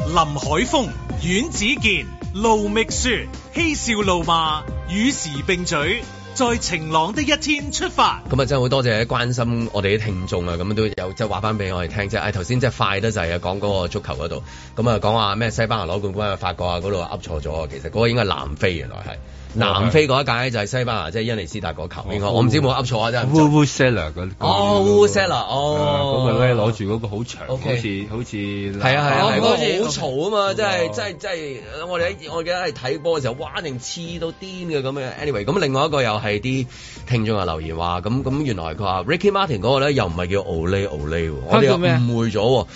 S1: 林海峰、阮子健、盧覓雪，嬉笑怒罵，與時並舉，在晴朗的一天出發。
S2: 咁啊，真係好多謝關心我哋啲聽眾啊！咁都有即係話翻俾我哋聽啫。唉，頭先即係快得滯啊，講嗰個足球嗰度。咁啊，講話咩西班牙攞冠軍啊，法國啊嗰度噏錯咗啊。其實嗰個應該係南非，原來係南非嗰一屆就係西班牙，即係恩尼斯達嗰球。應該我唔知有冇噏錯啊，真係唔知。
S3: 烏烏 seller 嗰啊
S2: 哦烏塞勒哦
S3: 嗰個咧攞住嗰個好長，好
S2: OK
S3: 似好似
S2: 係啊係啊，係啊
S3: 嗰個
S2: 好嘈啊嘛！真係真係真係，我哋喺我記得係睇波嘅時候，哇！定黐到癲嘅咁樣。anyway，咁另外一個又係啲聽眾啊留言話，咁咁原來佢話 Ricky Martin 嗰個咧又唔係叫 Ole Ole，喎我哋又
S8: 叫咩啊
S2: 誤會咗喎。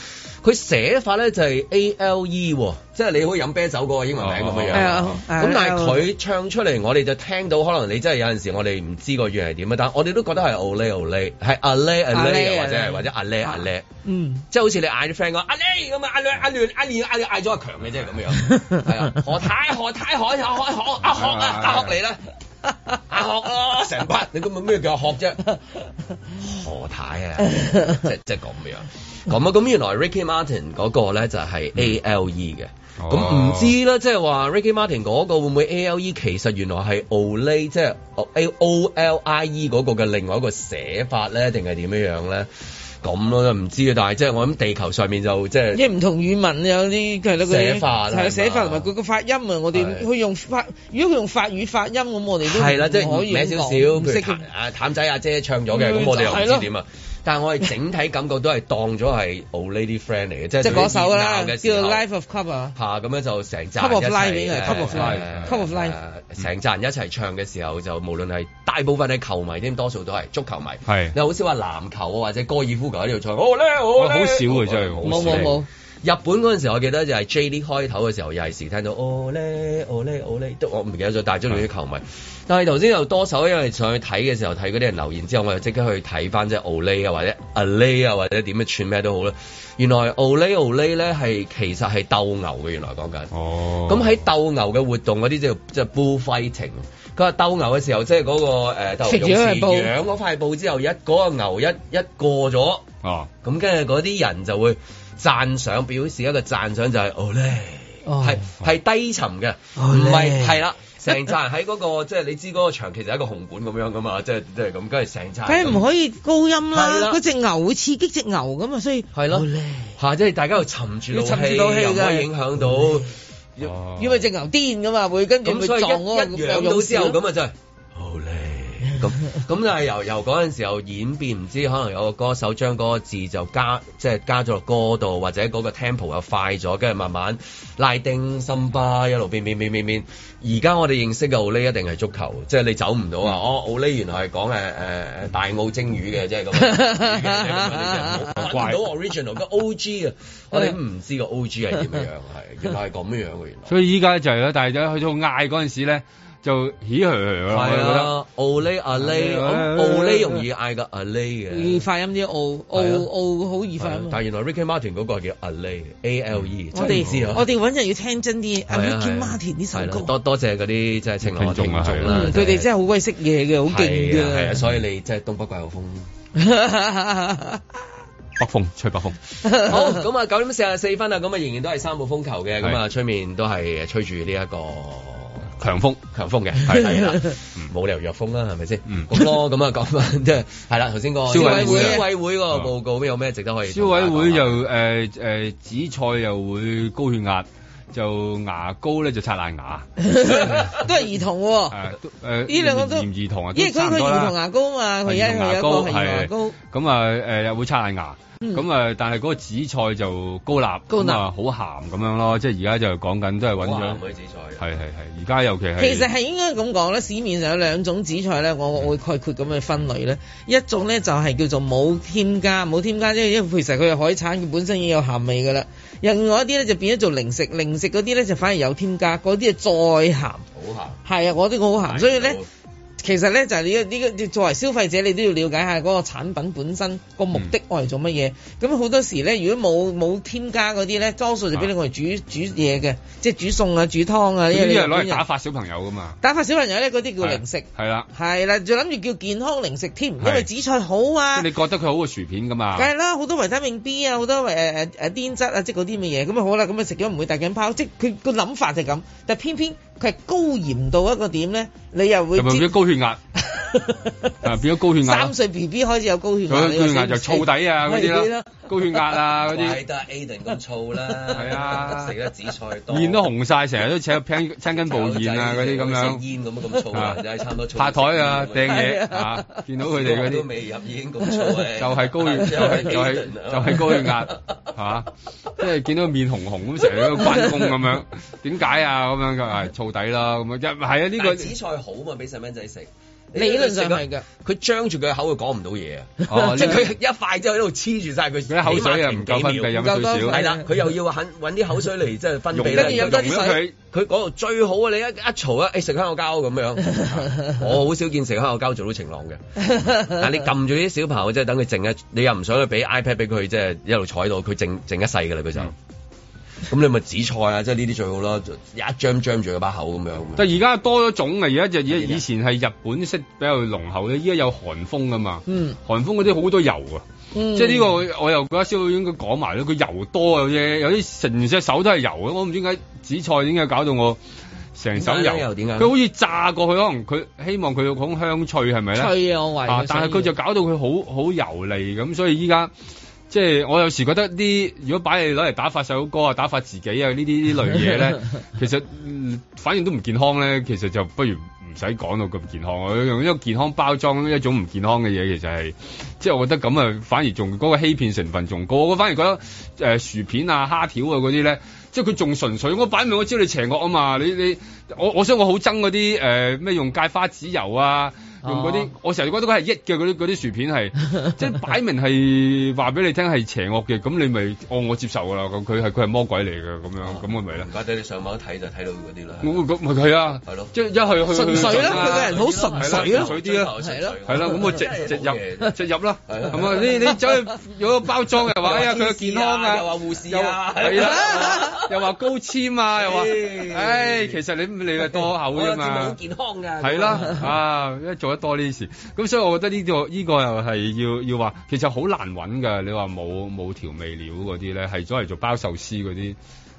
S2: 佢寫法咧就係 A L E，喎即係你好似飲啤酒嗰個英文名咁樣樣。
S8: 係
S4: 哦
S8: 啊係
S2: 咁但係
S8: 啊
S2: 佢唱出嚟，我哋就聽到可能你真係有陣時我哋唔知個語係點啊，但係我哋都覺得係 Ole Ole，係 Ale Ale 或者係或者 Ale Ale。
S8: 嗯，
S2: 即係好似你嗌啲 friend 講阿咧咁啊，阿兩阿亂阿亂阿亂嗌咗阿強嘅啫咁樣，係啊，何太何太何何何何阿學啊，阿學嚟啦，阿學咯，成班你咁啊咩叫阿學啫？何太啊，即即係咁樣，咁啊咁原來 Ricky Martin 嗰個咧就係 A L E 嘅。咁唔知咧，即係話 Ricky Martin 嗰個會唔會 A L E 其實原來係 Olay，即係 A O L I E 嗰個嘅另外一個寫法咧，定係點樣樣咧？咁咯，唔知啊，但係即係我諗地球上面就即係
S8: 因為唔同語文有啲佢係咯嗰啲
S2: 寫法啦
S8: 係
S2: 係嘛
S8: 啊寫法同埋佢個發音啊，我哋
S2: 係
S8: 佢用法，如果佢用法語發音咁，我哋都
S2: 係啦，即係
S8: 唔可以
S2: 歪
S8: 咁
S2: 少
S8: 講
S2: 少，譬
S8: 唔
S2: 如
S8: 識
S2: 譚啊譚仔阿姐唱咗嘅，
S8: 嗯
S2: 咁我哋又
S8: 係
S2: 唔
S8: 咯
S2: 知點啊。但係我係整體感覺都係當咗係 Old Lady Friend 嚟嘅，即係
S4: 即係嗰首啦，
S2: 最
S4: 叫
S2: 熱鬧嘅時候
S4: 做 Life of Club 啊。
S2: 嚇咁樣就成扎人
S4: Cup
S2: 一
S4: of
S2: 齊
S4: Life 應該係 Cup of
S2: 誒
S4: Life Cup of Life
S2: 誒成扎人一齊唱嘅時候，就無論係大部分係球迷添，多數都係足球迷。
S3: 係
S2: 你好少話籃球啊或者高爾夫球喺度唱，好咧好
S3: 喂好
S2: 咧
S3: 少嘅真係
S2: 冇
S3: 好少
S2: 冇冇。日本嗰陣時，我記得就係 J D 開頭嘅時候，又係時聽到哦咧哦咧哦咧，都我唔記得咗，但係中意啲球迷。但係頭先又多手，因為上去睇嘅時候睇嗰啲人留言之後，我就即刻去睇翻即係 Olay 啊，或者 Alay 啊，或者點樣串咩都好啦。原來 Olay Olay 咧係其實係鬥牛嘅，原來講緊。
S3: 哦。
S2: 咁喺鬥牛嘅活動嗰啲叫即係 bull fighting。佢話鬥牛嘅時候，即係嗰個誒鬥牛
S4: 食
S2: 勇
S4: 啊咗塊
S2: 士
S4: 布
S2: 養嗰塊布之後，一嗰個牛一一過咗。
S3: 哦。
S2: 咁跟住嗰啲人就會讚賞，表示一個讚賞就係哦咧，係係低沉嘅，
S4: 哦
S2: 唔係係啦。成扎人喺嗰個 即係你知嗰個場其實係一個紅館咁樣噶嘛，即係即係咁，跟住成扎
S4: 梗係
S2: 人咁
S4: 唔可以高音
S2: 係
S4: 啦，
S2: 啦
S4: 嗰只牛會刺激只牛噶嘛，所以
S2: 係咯，哦嚇即係大家又沉住
S4: 要
S2: 到
S4: 沉
S2: 氣，
S4: 住到氣
S2: 又唔可
S4: 㗎
S2: 以影響到。
S4: 因為只牛癲噶嘛，會跟住
S2: 咁
S4: 會
S2: 所
S4: 撞
S2: 以一
S4: 嗰
S2: 一
S4: 個
S2: 養到之後
S4: 勇士咯
S2: 咁啊真係好咧咁咁就係由由嗰陣時候演變，唔知可能有個歌手將嗰個字就加即係加咗落歌度，或者嗰個 tempo 又快咗，跟住慢慢拉丁、森巴一路變變變變變。而家我哋認識嘅奧利一定係足球，即係你走唔到啊！
S4: 嗯
S2: 哦，奧利原來係講誒誒誒大澳蒸魚嘅，即係咁 啊。
S3: 哦怪
S2: 玩唔到 original 個 O.G. 啊，我哋唔知個 O.G. 係點樣樣，係原來係咁樣樣嘅原來。
S3: 所以依家就係啦，但係咧去到嗌嗰陣時咧，就起噓噓啦，我
S2: 係
S3: 就覺得
S2: 啊。，Olay 阿 Lay，
S3: 啊
S2: 咁 Olay 容易嗌個阿 Lay 嘅。
S4: 快音啲奧
S2: 係
S4: 奧
S2: 啊
S4: 奧好易快音啊。
S2: 但係原來 Ricky Martin 嗰個係叫阿 Lay，A L E，
S4: 我
S2: 真係唔知啊。
S4: 哋嗯我哋揾人要聽真啲阿
S2: 係啊
S4: Ricky
S2: 係
S4: Martin 呢首
S2: 係啦
S4: 歌，
S2: 多多謝嗰啲即係晴朗嘅聽眾
S3: 啊
S2: 啦，
S4: 嗯佢哋真係好鬼識嘢嘅，好勁
S2: 係啊係啊，
S4: 㗎。
S2: 所以你真係東北季候 風。啊
S3: 北風吹北風。
S2: 好，咁啊九點四十四分啊，咁啊仍然都係三號風球嘅，咁啊出面都係吹住呢一個。
S3: 強風，
S2: 強風 嘅，係係啦，嗯冇理由弱風啦，係咪先？咁咯，咁啊講翻即係係啦，頭先個
S3: 消嗯委會啊
S2: 消委會嗰個報告有咩值得可以
S3: 消委會就誒誒紫菜又會高血壓，就牙膏咧就刷 爛牙。
S4: 都係兒童喎。
S3: 誒都呃誒
S4: 呢兩個都
S3: 炎炎兒童啊，
S4: 因為佢佢兒童牙膏啊嘛，佢而家
S3: 係
S4: 佢有一個係兒童牙膏，
S3: 咁啊誒又會刷爛牙。
S4: 嗯
S3: 咁啊，但係嗰個紫菜就高鈉，
S4: 高鈉啊
S3: 咁啊好鹹咁樣咯，即係而家就講緊都係
S2: 啊
S3: 揾
S2: 好
S3: 咗
S2: 鹹嗰啲紫
S3: 菜，係係係，而家尤其係
S4: 其實係應該咁講咧，市面上有兩種紫菜咧，我我會概括咁去分類咧。一種咧就係叫做冇添加，冇添加，因為因為其實佢係海產，佢本身已經有鹹味㗎啦。另外一啲咧就變咗做零食，零食嗰啲咧就反而有添加，嗰啲就再鹹。
S2: 好
S4: 係啊，我啲我好鹹，所以咧。其實咧就係你呢個你作為消費者，你都要了解下嗰個產品本身個目的我嚟做乜嘢。咁好多時咧，如果冇冇添加嗰啲咧，多數就俾你我嚟煮煮嘢嘅，即係煮餸啊、煮湯啊。
S3: 呢
S4: 因為你
S3: 啲係攞
S4: 本
S3: 嚟
S4: 人
S3: 打發小朋友噶嘛，
S4: 打發小朋友咧，嗰啲叫零食。
S3: 係啦，
S4: 係啦，就諗住叫健康零食添，因
S3: 係
S4: 為紫菜好
S3: 即係
S4: 啊，
S3: 你覺得佢好過薯片噶嘛
S4: 梗，係啦，好多維他命 B 啊，好多誒誒誒碘質啊，即係嗰啲乜嘢，咁啊好啦，咁啊食咗唔會大頸泡，即係佢個諗法就係咁，但係偏偏佢係高鹽到一個點咧，你又會
S3: 就咪
S4: 知
S3: 變咗高血壓， 啊變咗高血壓咯
S4: 三。歲 B B 開始有高血壓，
S3: 佢高血壓
S4: 你又死
S3: 就
S4: 唔死
S3: 燥底啊嗰啲啦，，高血壓啊 嗰
S2: 怪
S3: 啲，
S2: 得 Aden 咁燥啦，
S3: 係啊
S2: 食得紫菜多，
S3: 面都紅晒，成日都扯 青青筋暴現啊嗰啲咁
S2: 好似
S3: 樣，
S2: 煙咁咁燥啊，就係差唔多燥。
S3: 拍台啊掟嘢
S2: 係啊
S3: 啊，見到佢哋嗰
S2: 都
S3: 啲。
S2: 未入煙咁燥啊
S3: 就係高 血，就係就係就係高血壓 嚇，即係見到面紅紅咁，成日喺度關公咁 樣，點解啊咁樣嘅係燥底啦咁樣，一係啊呢個
S2: 但紫菜好嘛，俾細蚊仔食。
S4: 理論上係㗎。
S2: 佢張住佢口，佢講唔到嘢啊！
S3: 哦
S2: 即係
S3: 呢
S2: 佢一塊之後喺度黐住晒佢。佢
S3: 啲口水啊唔夠分泌飲得少少
S2: 係啦，佢又要肯揾啲口水嚟即係分泌
S3: 用跟住飲多啲水
S2: 佢嗰度最好啊！你一一嘈啊，誒食香口膠咁 樣。我好少見食香口膠做到晴朗嘅。但你撳住啲小朋友，即係等佢靜一，你又唔想去俾 iPad 俾佢，即係一路坐喺度，佢靜靜一世㗎啦，佢就。咁你咪紫菜啊，即係呢啲最好啦，一張張住佢把口咁樣。
S3: 但而家多咗種啊！而家就以以前係日本式比較濃厚咧，依家有韓風噶嘛。
S4: 嗯，
S3: 韓風嗰啲好多油啊，
S4: 嗯
S3: 即係呢個我我又覺得蕭應該講埋咧，佢油多啊有嘢，有啲成隻手都係油啊！我唔知點解紫菜點解搞到我成手
S2: 點解咧又
S3: 油，
S2: 點解咧
S3: 佢好似炸過去，可能佢希望佢有種香脆係咪咧？
S4: 脆啊我懷疑
S3: 啊
S4: 佢！
S3: 但係佢就搞到佢好好油膩咁，所以依家。即係我有時覺得啲如果擺你攞嚟打發首歌啊、打發自己啊呢啲呢類嘢咧，其實嗯反而都唔健康咧，其實就不如唔唔使講到咁健康，用一個健康包裝一種唔健康嘅嘢，其實係即係我覺得咁啊，反而仲嗰、個欺騙成分仲高。我反而覺得誒、呃薯片啊、蝦條啊嗰啲咧，即係佢仲純粹。我擺明我知你邪惡啊嘛，你你我我想我好憎嗰啲誒咩用芥花籽油啊。用嗰啲
S8: 哦，
S3: 我成日覺得佢係益嘅嗰啲嗰啲薯片係， 即係擺明係話俾你聽係邪惡嘅，咁你咪哦我接受㗎啦，咁佢係佢係魔鬼嚟嘅咁
S2: 哦
S3: 樣，咁我咪啦。
S2: 怪得你上網睇就睇到嗰啲啦。
S3: 我咁咪係啊，
S2: 係咯
S3: 即係一去去
S2: 純粹啦
S3: 去
S2: 佢個人好純粹啦
S3: 係純粹啲啦，
S2: 係咯
S3: 係啦，咁我直直入直入啦，係嘛？你你走去有個包裝又話，哎呀佢嘅健康啊，
S2: 又話護士啊
S3: 又係啦，又話高纖啊，又話，唉，其實你你係多口
S19: 我
S3: 啫
S19: 有節目好
S3: 嘛。
S19: 健康㗎。
S3: 係啦，啊，因為做得多呢啲事，咁所以我覺得呢、個呢、個又係要要話，其實好難揾㗎。你話冇冇調味料嗰啲咧，係咗嚟做包壽司嗰啲，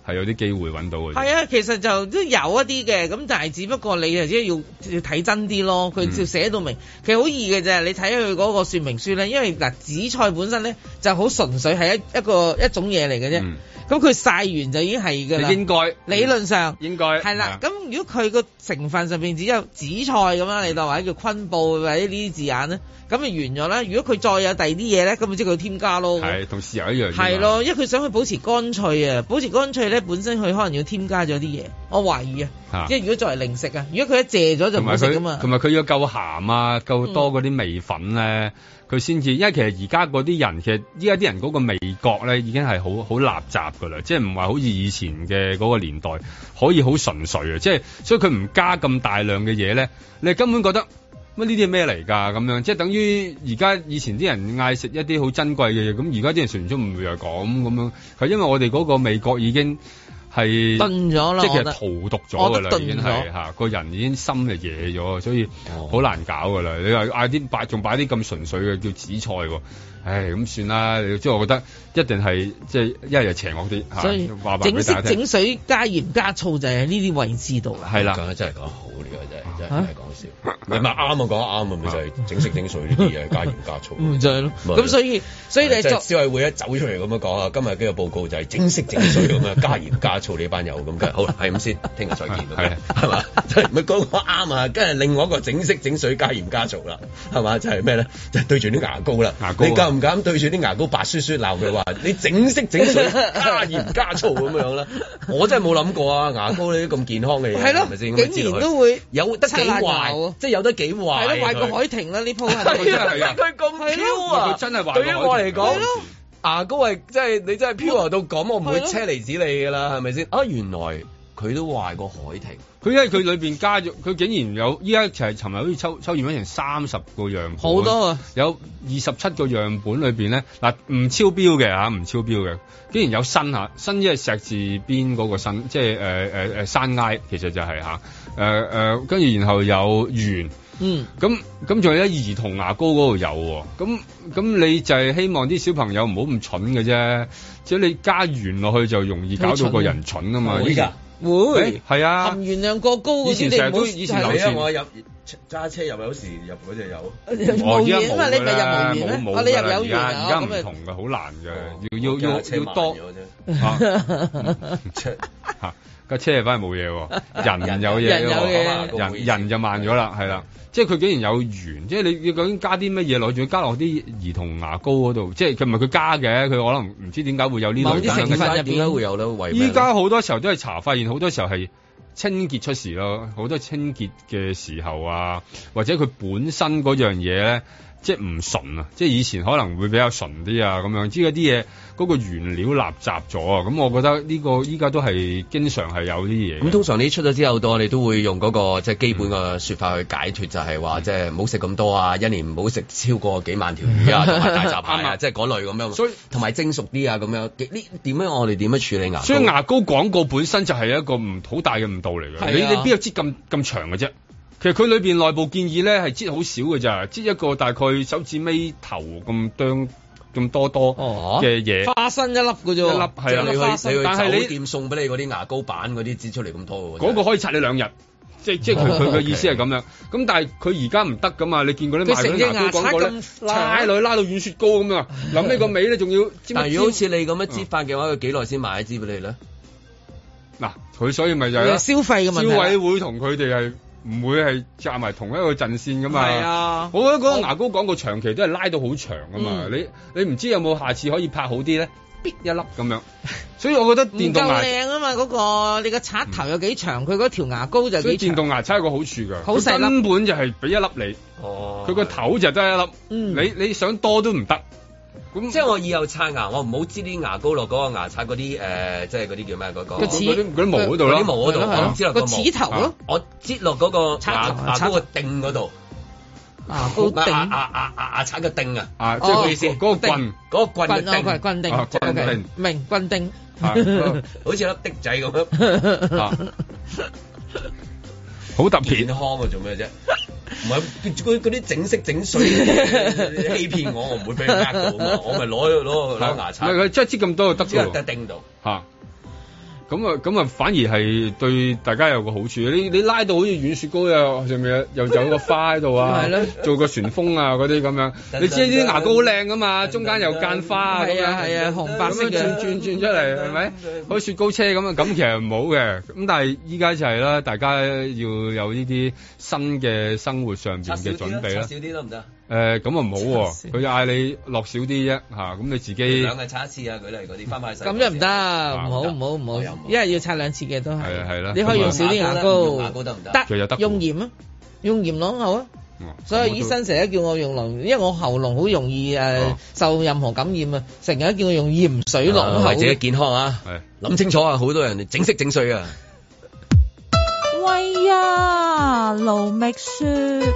S3: 係有啲機會揾到嘅。
S8: 係啊，其實就都有一啲嘅，咁但係只不過你啊，即係要要睇真啲咯。佢照寫到明，其實好易嘅啫。你睇佢嗰個說明書咧，因為嗱紫菜本身咧就好純粹係一一個一種嘢嚟嘅啫。咁佢曬嗯完就已經啊係㗎啦。
S3: 嗯應該嗯
S8: 理論上
S3: 應該啊
S8: 係啊啦。咁如果佢個成分上面只有紫菜咁樣你當或者叫昆布或者呢啲字眼咧，咁就完咗啦。如果佢再有第二啲嘢咧，咁咪即係佢添加咯。
S3: 係同豉油一樣。
S8: 係，咯，因為佢想去保持乾脆啊，保持乾脆咧，本身佢可能要添加咗啲嘢，我懷疑啊
S3: 嚇，
S8: 即係如果作為零食啊，如果佢一謝咗就
S3: 同
S8: 唔
S3: 埋
S8: 好食噶啊
S3: 佢
S8: 嘛，
S3: 同埋佢要夠鹹啊，夠多嗰啲味粉咧，佢先至。因為其實而家嗰啲人，其實依家啲人嗰個味覺咧已經係好好垃圾㗎啦，即係唔係好似以前嘅嗰個年代可以好純粹啊，即係所以佢唔加咁大量嘅嘢咧，你根本覺得。乜呢啲係咩嚟㗎？咁樣即係等於而家以前啲人嗌食一啲好珍貴嘅嘢，咁而家啲人食完之後唔會係咁咁樣，係因為我哋嗰個味覺已經係
S8: 燉咗啦
S3: 即係其實
S8: 我覺得
S3: 荼毒咗㗎啦
S8: 我，覺
S3: 已
S8: 得燉
S3: 經
S8: 咗哦
S3: 係嚇個人已經心係野咗，所以好難搞㗎啦。你話嗌啊啲擺仲擺啲咁純粹嘅叫紫菜喎，唉咁算啦。即係我覺得一定係即係一係就邪惡啲
S8: 所以
S3: 嚇，話話俾
S8: 整
S3: 大家
S8: 色
S3: 聽
S8: 整。水加鹽加醋就係呢啲位置度啦。
S3: 係啦
S2: 講得真係講得好呢個真係真係
S8: 嚇
S2: 真係講笑，你咪啱啊講得啱啊，咪就係整色整水呢啲嘢加鹽加 醋，
S8: 唔就係咯咁所以所以你
S2: 即係
S8: 作
S2: 消委會一走出嚟咁樣講啊，今日嘅報告就係整色整水咁 樣加鹽加醋呢班友咁嘅，好啦係咁先，聽日再見咁樣係嘛？即係咪講講啱啊？跟住另外一個整色整水加鹽加醋啦，係嘛？就係咩咧？就係對住啲牙膏啦，牙
S3: 膏啊
S2: 你敢唔敢對住啲牙膏白雪雪鬧 佢話你整色整水加鹽加醋咁樣 啦？我真係冇諗過啊！牙膏呢啲咁健康嘅嘢
S8: 係咯
S2: 係咪先咁啊
S8: 竟然
S2: 知道佢
S8: 都會
S2: 有得幾
S8: 刷爛牙
S2: 壞
S8: 喎，
S2: 即係有得幾壞
S3: 啊
S8: 係咯，壞過
S2: 佢
S8: 海婷啦，呢鋪係 咪
S2: 係啊係啊佢咁
S8: 係咯
S2: Q 啊！
S8: 佢真係話
S2: 對於我嚟
S8: 係
S2: 講
S8: 咯，
S2: 牙膏係即係你真係 pure 到咁，我唔會
S8: 係咯
S2: 車厘子你㗎啦，係咪先？啊，原來佢都壞過海婷。
S3: 佢因為佢裏邊加咗，佢竟然有依家其實尋日好似抽抽驗咗成三十個樣本，
S8: 好多啊，
S3: 有二十七個樣本裏邊咧，嗱唔超標嘅嚇，唔超標嘅，竟然有新嚇，新即係石字邊嗰個新，即係誒誒誒呃山埃，其實就係嚇誒誒，呃跟住然後有圓。
S8: 嗯，
S3: 咁咁仲有啲兒童牙膏嗰度有喎、咁咁你就係希望啲小朋友唔好咁蠢嘅啫，即係你加完落去就容易搞到個人蠢啊嘛，
S2: 會㗎
S8: 會
S3: 誒係啊，
S8: 含原量過高嗰
S3: 以
S8: 啲
S3: 前
S8: 你
S3: 成日
S8: 唔好
S3: 都以前
S8: 係
S3: 流
S8: 咯
S3: 傳
S2: 啊我入揸車入有時入嗰隻有。
S3: 我
S8: 無緣啊嘛，你咪入無
S3: 哦冇
S8: 緣咧，
S3: 冇
S8: 哦你
S3: 㗎啦
S8: 入有緣
S3: 而
S8: 啊，
S3: 家而家
S8: 咁
S3: 唔
S8: 咪哦
S3: 同嘅，好難嘅，要要要
S2: 架車
S3: 要多啊
S2: 慢
S3: 嚇 嚇啊架車反而冇嘢喎，人有嘢
S2: 人有
S3: 喎
S2: 嘢
S3: 人人就慢咗啦，係啦，即係佢竟然有緣，即係你你究竟加啲乜嘢落去，仲要加落啲兒童牙膏嗰度，即係佢唔係佢加嘅，佢可能唔知點解會有呢
S2: 某
S3: 類
S2: 啲
S3: 咁樣
S2: 成
S3: 嘅
S2: 分入邊點解會有咧？為咩
S3: 依家好多時候都係查發現，好多時候係清潔出事咯，好多清潔嘅時候啊，或者佢本身嗰樣嘢咧，即係唔純啊，即係以前可能會比較純啲啊咁樣，知嗰啲嘢嗰個原料垃圾咗啊，咁我覺得呢、個依家都係經常係有啲嘢嘅。
S2: 咁通常你出咗之後，我哋都會用嗰、個即係基本嘅
S3: 嗯
S2: 説法去解脱，就係話即係唔好食咁多啊，一年唔好食超過幾萬條魚 啊，同埋大閘蟹啊，即係嗰類咁樣。
S3: 所以
S2: 同埋蒸熟啲啊，咁樣幾呢點樣我哋點樣處理牙膏？
S3: 所以牙膏廣告本身就係一個唔好大嘅誤導嚟
S2: 係啊
S3: 嘅。你你邊有擠咁咁長嘅啫？其實佢裏邊內部建議咧係擠好少嘅咋，擠一個大概手指尾頭咁多咁多多
S2: 哦
S3: 嘅嘢。
S2: 啊
S8: 花生一粒嘅啫喎，
S3: 一粒係啊
S2: 你去
S3: 花
S2: 你
S3: 生
S2: 去
S3: 但係
S2: 酒
S3: 你
S2: 店送俾你嗰啲牙膏板嗰啲擠出嚟咁多嘅喎。
S3: 嗰個可以拆你兩日。即即係
S2: 哦
S3: 佢佢嘅意思係咁樣，咁但係佢而家唔得噶嘛，你見過啲
S2: 佢
S3: 賣嗰
S2: 成
S3: 啲
S2: 隻
S3: 牙膏
S2: 牙
S3: 廣告咧
S2: 刷，咁
S3: 拉落去拉到軟雪糕咁樣，臨尾個尾咧仲要尖一嗯
S2: 但係如果好似
S3: 尖
S2: 你咁樣擠法嘅話，佢幾耐先買一支俾你咧？
S3: 嗱，佢所以咪就係啦
S8: 啊消費嘅問題啦
S3: 消委會同佢哋係唔會係紮埋同一個陣線噶嘛。
S8: 係啊
S3: 我覺得嗰個牙膏廣告長期都係拉到好長噶嘛。
S8: 嗯
S3: 你你唔知有冇下次可以拍好啲咧？必一粒咁樣，所以我覺得
S8: 唔
S3: 電動
S8: 夠
S3: 牙，
S8: 靚啊嘛！嗰個你個刷頭有幾長，佢嗰條牙膏就
S3: 嗯所以
S8: 幾
S3: 電
S8: 長。
S3: 動牙刷有個好處㗎，
S8: 好細
S3: 佢
S8: 粒
S3: 根本就係俾一粒你，
S2: 哦
S3: 佢個頭就得一粒，你你想多都唔得。
S2: 即係我以後刷牙，我唔好擠啲牙膏落嗰個牙刷嗰啲誒，即係嗰啲叫咩啊嗰個
S3: 個齒嗰啲嗰啲毛嗰度咯
S2: 嗰啲毛嗰度，
S3: 係咯係咯
S2: 我唔
S4: 哦
S2: 擠落個毛
S3: 個
S2: 我擠落嗰
S3: 齒頭咯，
S2: 個牙
S3: 頭
S2: 牙膏個頂嗰度。
S8: 牙
S2: 膏牙牙牙牙牙刷嘅頂啊！
S3: 啊
S8: 即係
S2: 咩意思？
S8: 嗰嗰個棍
S2: 嗰個啊棍嘅
S8: 棍哦
S2: 頂，
S8: 棍定，OK，明棍定，
S2: 好似粒的仔咁樣。
S3: 啊好特別。
S2: 健康啊，做咩啫？唔係嗰嗰啲整色整水欺騙我，我唔會俾佢呃到嘛。我咪攞攞攞牙刷
S3: 唔，係佢真係擠咁多就
S2: 只
S3: 得
S2: 係
S3: 㗎
S2: 得
S3: 喎。
S2: 叮到。
S3: 嚇。啊咁啊，咁啊，反而係對大家有個好處。你你拉到好似軟雪糕又上面又有個花喺度啊
S8: 係咯，
S3: 做個旋風啊嗰啲咁樣。你知啲牙膏好靚噶嘛，中間有間花啊咁
S8: 係啊
S3: 樣
S8: 係啊紅白色嘅
S3: 咁樣轉轉轉出嚟係咪？好似雪糕車咁啊，咁其實唔好嘅。咁但係依家就係啦，大家要有呢啲新嘅生活上邊
S2: 刷少
S3: 嘅
S2: 啲
S3: 準
S2: 啦，
S3: 備
S2: 刷
S3: 啦。
S2: 少啲得唔得？
S3: 誒咁啊唔好喎，佢嗌你落少啲啫嚇，咁你自己。
S2: 兩日刷一次啊，佢哋嗰啲翻返去洗
S8: 咁就唔得，唔好唔好唔好，一係要刷兩次嘅都係。
S3: 係啊係啦
S8: 你可以用少啲牙膏，
S2: 用牙膏得唔得
S3: 其實得嘅喎
S8: 用鹽啊，用鹽啷口啊。
S3: 嗯
S8: 所以醫生成日都叫我用龍，因為我喉嚨好容易誒、受任何感染啊，成日都叫我用鹽水啷口。
S2: 為自己健康啊！諗清楚啊，好多人整色整水啊。
S19: 喂呀，盧覓雪。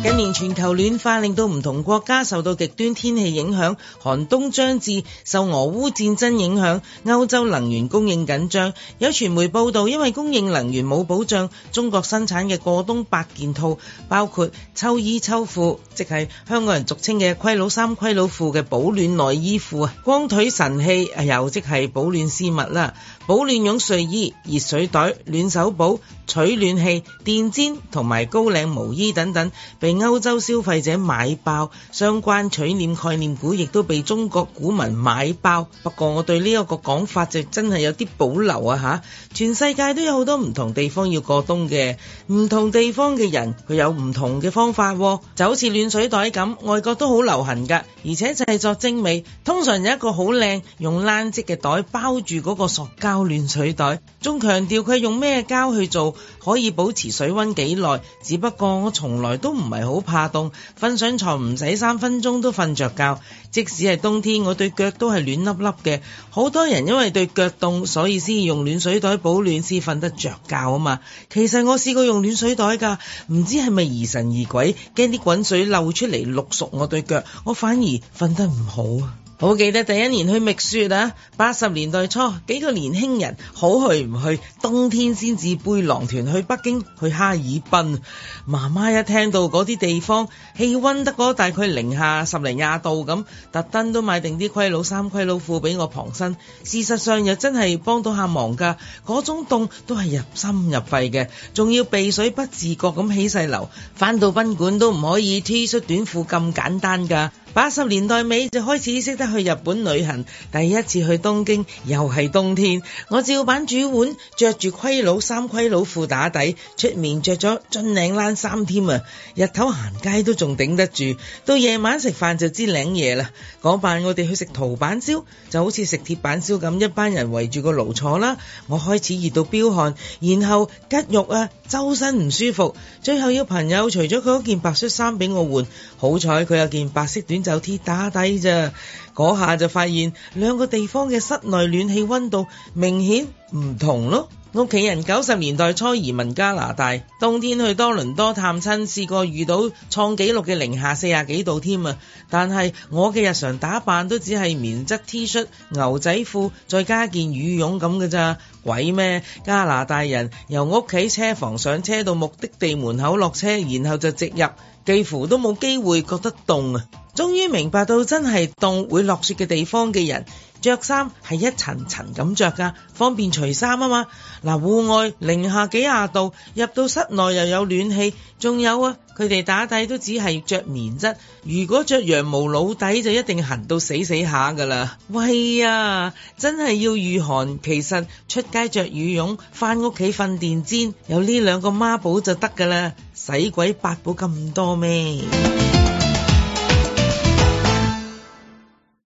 S4: 近年全球暖化令到唔同國家受到極端天氣影響，寒冬將至，受俄烏戰爭影響，歐洲能源供應緊張。有傳媒報道，因為供應能源冇保障，中國生產嘅過冬八件套，包括秋衣秋褲，即係香港人俗稱嘅龜佬衫、龜佬褲嘅保暖內衣褲啊，光腿神器又即係保暖絲襪啦，保暖絨睡衣、熱水袋、暖手寶、取暖器、電氈同埋高領毛衣等等，被歐洲消費者買爆。相關取暖概念股亦都被中國股民買爆。不過我對呢一個講法就真係有啲保留啊吓，全世界都有好多唔同地方要過冬嘅，唔同地方嘅人佢有唔同嘅方法喎，就好似暖水袋咁，外國都好流行㗎，而且製作精美，通常有一個好靚用冷織嘅袋包住嗰個塑膠暖水袋，仲強調佢用咩膠去做，可以保持水溫幾耐。只不過我從來都唔係好怕凍，瞓上床唔使三分鐘都瞓着覺。即使係冬天，我對腳都係暖粒粒嘅。好多人因為對腳凍，所以先用暖水袋保暖先瞓得着覺啊嘛。其實我試過用暖水袋㗎，唔知係咪疑神疑鬼，驚啲滾水漏出嚟淥熟我對腳，我反而瞓得唔好啊。好記得第一年去覓雪啊，八十年代初幾個年輕人好去唔去，冬天先至背囊團去北京去哈爾濱。媽媽一聽到嗰啲地方氣温得嗰大概零下十零廿度咁，特登都買定啲龜佬衫、龜佬褲俾我傍身。事實上又真係幫到下忙㗎，嗰種凍都係入心入肺嘅，仲要避水不自覺咁起勢流。翻到賓館都唔可以 T 恤短褲咁簡單㗎。八十年代尾就開始識得去日本旅行，第一次去東京又係冬天，我照板煮碗，着住盔佬衫、盔佬褲打底，出面着咗樽領冷衫添啊！日頭行街都仲頂得住，到夜晚食飯就知領嘢啦。嗰晚我哋去食陶板燒，就好似食鐵板燒咁，一班人圍住個爐坐啦。我開始熱到飆汗，然後吉肉啊，周身唔舒服，最後要朋友除咗佢嗰件白恤衫俾我換，好彩佢有件白色短袖 T 打底咋。嗰下就發現兩個地方嘅室內暖氣溫度明顯唔同咯。屋企人九十年代初移民加拿大，冬天去多倫多探親，試過遇到創紀錄嘅零下四十幾度添啊！但係我嘅日常打扮都只係棉質 T 恤、牛仔褲，再加件羽絨咁嘅咋，鬼咩？加拿大人由屋企車房上車到目的地門口落車，然後就直入。幾乎都冇機會覺得凍啊！終於明白到真係凍會落雪嘅地方嘅人，着衫係一層層咁着噶，方便除衫啊嘛。嗱，戶外零下幾廿度，入到室內又有暖氣，仲有啊，佢哋打底都只係着棉質，如果着羊毛老底就一定痕到死死下噶啦。喂呀，真係要御寒，其實出街着羽絨，翻屋企瞓電氈，有呢兩個孖寶就得噶啦，使鬼八寶咁多咩？